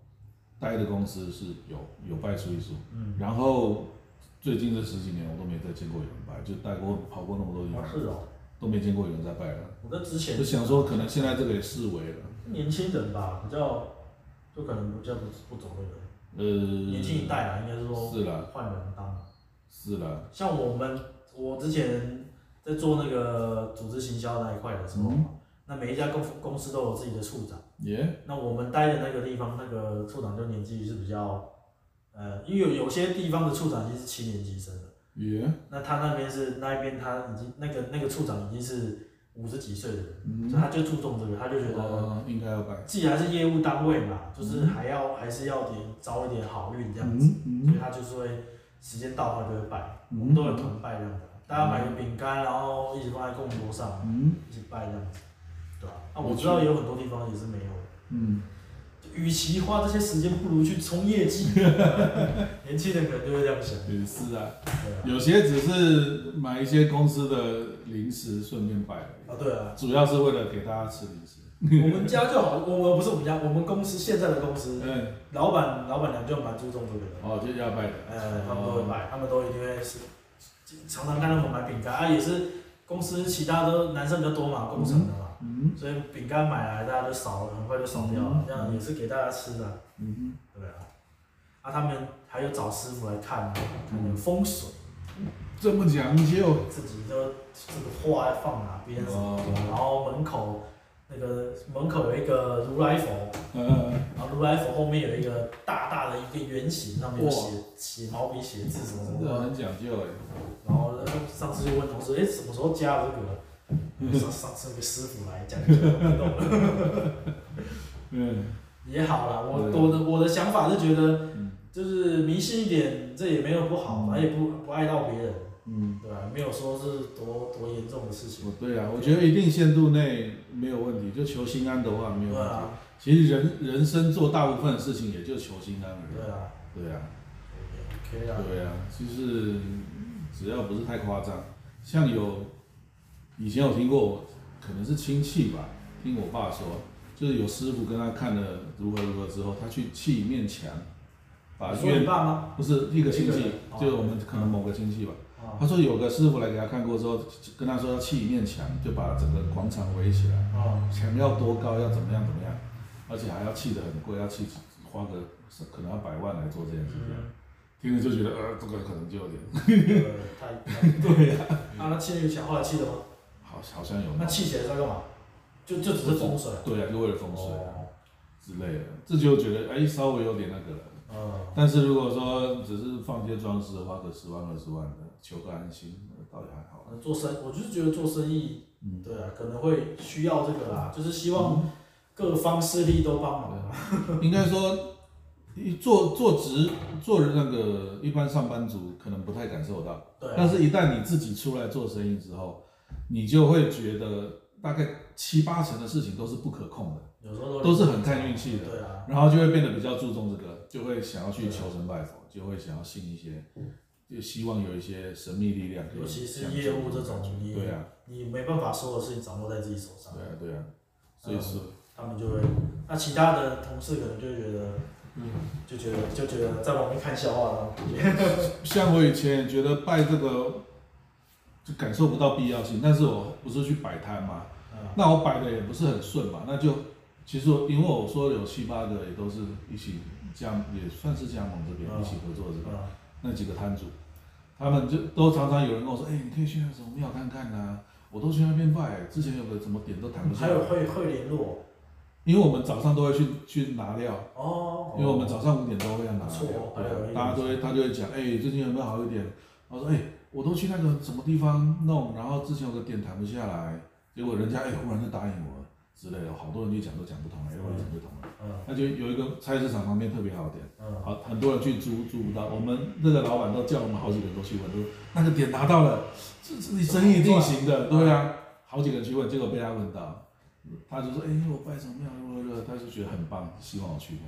A: 待的公司是有有拜初一十五，
B: 嗯，
A: 然后最近这十几年我都没再见过有人拜，就带过跑过那么多地
B: 啊
A: 方，
B: 是哦，
A: 都没见过有人在拜了，
B: 我在之前
A: 就想说可能现在这个也视为了，
B: 年轻人吧，比较就可能比较不不走那个
A: 呃，
B: 年轻一代啊，应该是说
A: 是啦
B: 换人当。
A: 是啦，
B: 像我们我之前在做那个组织行销那一块的时候嘛，
A: 嗯
B: 那每一家公公司都有自己的处长。
A: 耶，
B: 那我们待的那个地方，那个处长就年纪是比较，呃，因为有有些地方的处长已经是七年级生了，
A: 耶，
B: 那他那边是那一边他已经那个那个处长已经是五十几岁的人，
A: 嗯
B: 所以他就注重这个，他就觉得
A: 呃，应该要拜，
B: 既然是业务单位嘛，就是还要还是要点招一点好运这样子，
A: 嗯
B: 所以他就是会时间到他就会拜，我们都有团拜这样子，大家买个饼干，然后一起放在供桌上，
A: 嗯
B: 一起拜这样子，对吧、啊？
A: 我
B: 我知道有很多地方也是没有的。
A: 嗯。
B: 与其花这些时间，不如去冲业绩。 年轻人可能就会这样想，
A: 也是啊，
B: 对啊，
A: 有些只是买一些公司的零食顺便摆而
B: 啊对啊，
A: 已，主要是为了给大家吃零食。
B: 我们家就好，我我不是我们家，我们公司现在的公司，
A: 嗯，
B: 老板老板娘就蛮注重这个的，
A: 哦，就要拜的。
B: 呃，他们都会买，他们都一定会是常常看他们买饼干啊，也是公司其他都男生比较多嘛，工程的嘛，
A: 嗯
B: 所以饼干买来大家就少了，很快就少掉了，这样也是给大家吃的啊，
A: 嗯
B: 对啊，啊他们还有找师傅来看，看那个风水。
A: 哼，这么讲究。
B: 自己就这个画要放哪边什么
A: 哦
B: 地方，然后门口那个门口有一个如来佛，
A: 呃，
B: 然后如来佛后面有一个大大的一个圆形，上面有写写毛笔写字什么什
A: 真
B: 么
A: 的
B: 的。
A: 很讲究哎。
B: 然后呃上次就问同事，哎，什么时候加的这个？上上次那个师傅来讲一讲，我不懂了
A: 嗯，
B: 也好啦，我
A: 对
B: 我的我的想法是觉得
A: 嗯，
B: 就是迷信一点，这也没有不好，反正也不不碍到别人，
A: 嗯，
B: 对吧、没有说是多多严重的事情，
A: 哦对啊，我觉得一定限度内没有问题，就求心安的话没有
B: 对
A: 问题。
B: 啊，
A: 其实人人生做大部分的事情也就求心安而
B: 对啊。
A: 已。对啊，
B: OK 啦，
A: 嗯对啊，就是只要不是太夸张，像有以前有听过，可能是亲戚吧，听我爸说，就是有师傅跟他看了如何如何之后，他去砌一面墙，把
B: 你说
A: 院
B: 你爸吗？
A: 不是一个亲
B: 一个
A: 戚
B: 人，哦
A: 就是我们可能某个亲戚吧，
B: 啊
A: 他说有个师傅来给他看过之后，跟他说要砌一面墙，就把整个广场围起来，
B: 啊，
A: 墙要多高，要怎么样怎么样，而且还要砌得很贵，要砌花个可能要百万来做这件事情。听着就觉得，呃，这个可能就 有点，
B: 呃太对呀。啊，那气那个墙后来气了吗？
A: 好，好像有
B: 那气起来是要干嘛？就就只是风水啊。
A: 对啊，就为了风水啊
B: 哦
A: 之类的，这就觉得哎，稍微有点那个了，
B: 嗯，
A: 但是如果说只是放些装饰的话，个十万二十万的，求个安心，呃倒也还好。
B: 做生，我就是觉得做生意，
A: 嗯，
B: 对啊，可能会需要这个啦，就是希望各方势力都帮忙。啊
A: 应该说，一做做职做那个一般上班族可能不太感受到，
B: 对
A: 但
B: 啊，
A: 是一旦你自己出来做生意之后，你就会觉得大概七八成的事情都是不可控的，
B: 有时候
A: 都是很看运气的。
B: 对啊，
A: 然后就会变得比较注重这个，就会想要去求神拜
B: 嗯
A: 佛，就会想要信一些，就希望有一些神秘力量可以
B: 尤其是
A: 相信
B: 业务这种
A: 感
B: 嗯
A: 觉
B: 你
A: 对啊，
B: 你没办法所有事情掌握在自己手上
A: 对，啊，对啊，所以是
B: 他们就会，那其他的同事可能就会觉得，嗯，就觉得就觉得在旁边看笑话了，
A: 像我以前也觉得拜这个就感受不到必要性，但是我不是去摆摊嘛，
B: 嗯，
A: 那我摆的也不是很顺嘛，那就其实我因为我说有七八个也都是一起加，也算是加盟这边
B: 嗯
A: 一起合作这个，
B: 嗯，
A: 那几个摊主，他们就都常常有人跟我说，哎、你可以去那什么庙看看啊，我都去那边拜，之前有个什么点都谈不上
B: 嗯还，有会会联络
A: 因为我们早上都会去去拿料，
B: 哦，
A: 因为我们早上五点都会要拿
B: 不错
A: 料，对
B: 还有
A: 啊
B: 一，
A: 大家都会他就会讲，哎、最近有没有好一点？我说，哎、我都去那个什么地方弄，然后之前有个点谈不下来，结果人家哎、忽然就答应我了之类的，好多人就讲都讲不通了，又讲不通了，
B: 嗯
A: 那就有一个菜市场旁边特别好的点。
B: 嗯，
A: 好，很多人去租租不到，我们那个老板都叫我们好几个人都去问，都说那个点拿到了，这这你生意一定行的，对啊，好几个人去问，结果被他问到，他就说，哎、我拜什么庙，如何如何，他就哎觉得很棒，希望我去。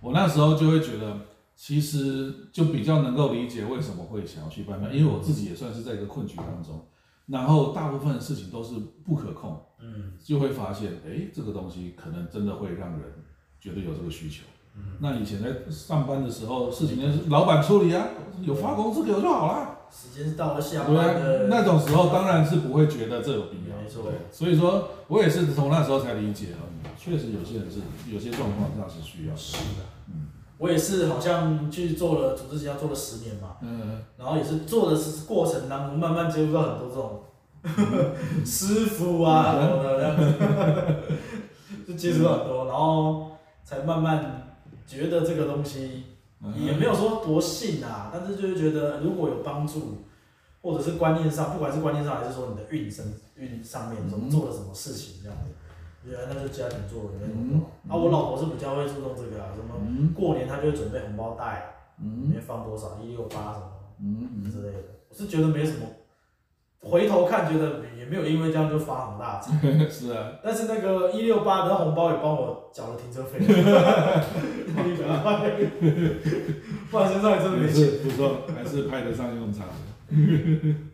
A: 我那时候就会觉得，其实就比较能够理解为什么会想要去拜庙，因为我自己也算是在一个困局当中，然后大部分的事情都是不可控，
B: 嗯，
A: 就会发现，哎，这个东西可能真的会让人觉得有这个需求。那以前在上班的时候，事情就是老板处理啊，有发工资给我就好啦。
B: 时间到了下班
A: 对啊
B: 的，，
A: 那种时候当然是不会觉得这有必要。
B: 没错
A: 对，所以说我也是从那时候才理解哦，嗯确实有些人是有些状况上是需要的。
B: 是的，
A: 嗯
B: 我也是好像去做了组织形象做了十年嘛，
A: 嗯，
B: 然后也是做的过程当中慢慢接触到很多这种师傅啊什么的，这样 子就接触到很多，然后才慢慢觉得这个东西
A: 嗯
B: 也没有说多信啊，但是就是觉得如果有帮助，或者是观念上，不管是观念上还是说你的运身运上面怎么做了什么事情这样子，原来那就家庭做的那种
A: 嗯。
B: 啊，我老婆是比较会注重这个啊，什么
A: 嗯
B: 过年她就会准备红包袋，里
A: 嗯
B: 面放多少一六八什么
A: 嗯嗯
B: 之类的。我是觉得没什么，回头看觉得也没有因为这样就发很大财，
A: 嗯，是啊，
B: 但是那个一六八的红包也帮我缴了停车费， 不然身上也真的
A: 也
B: 没钱。
A: 是不错，还是派得上用场的。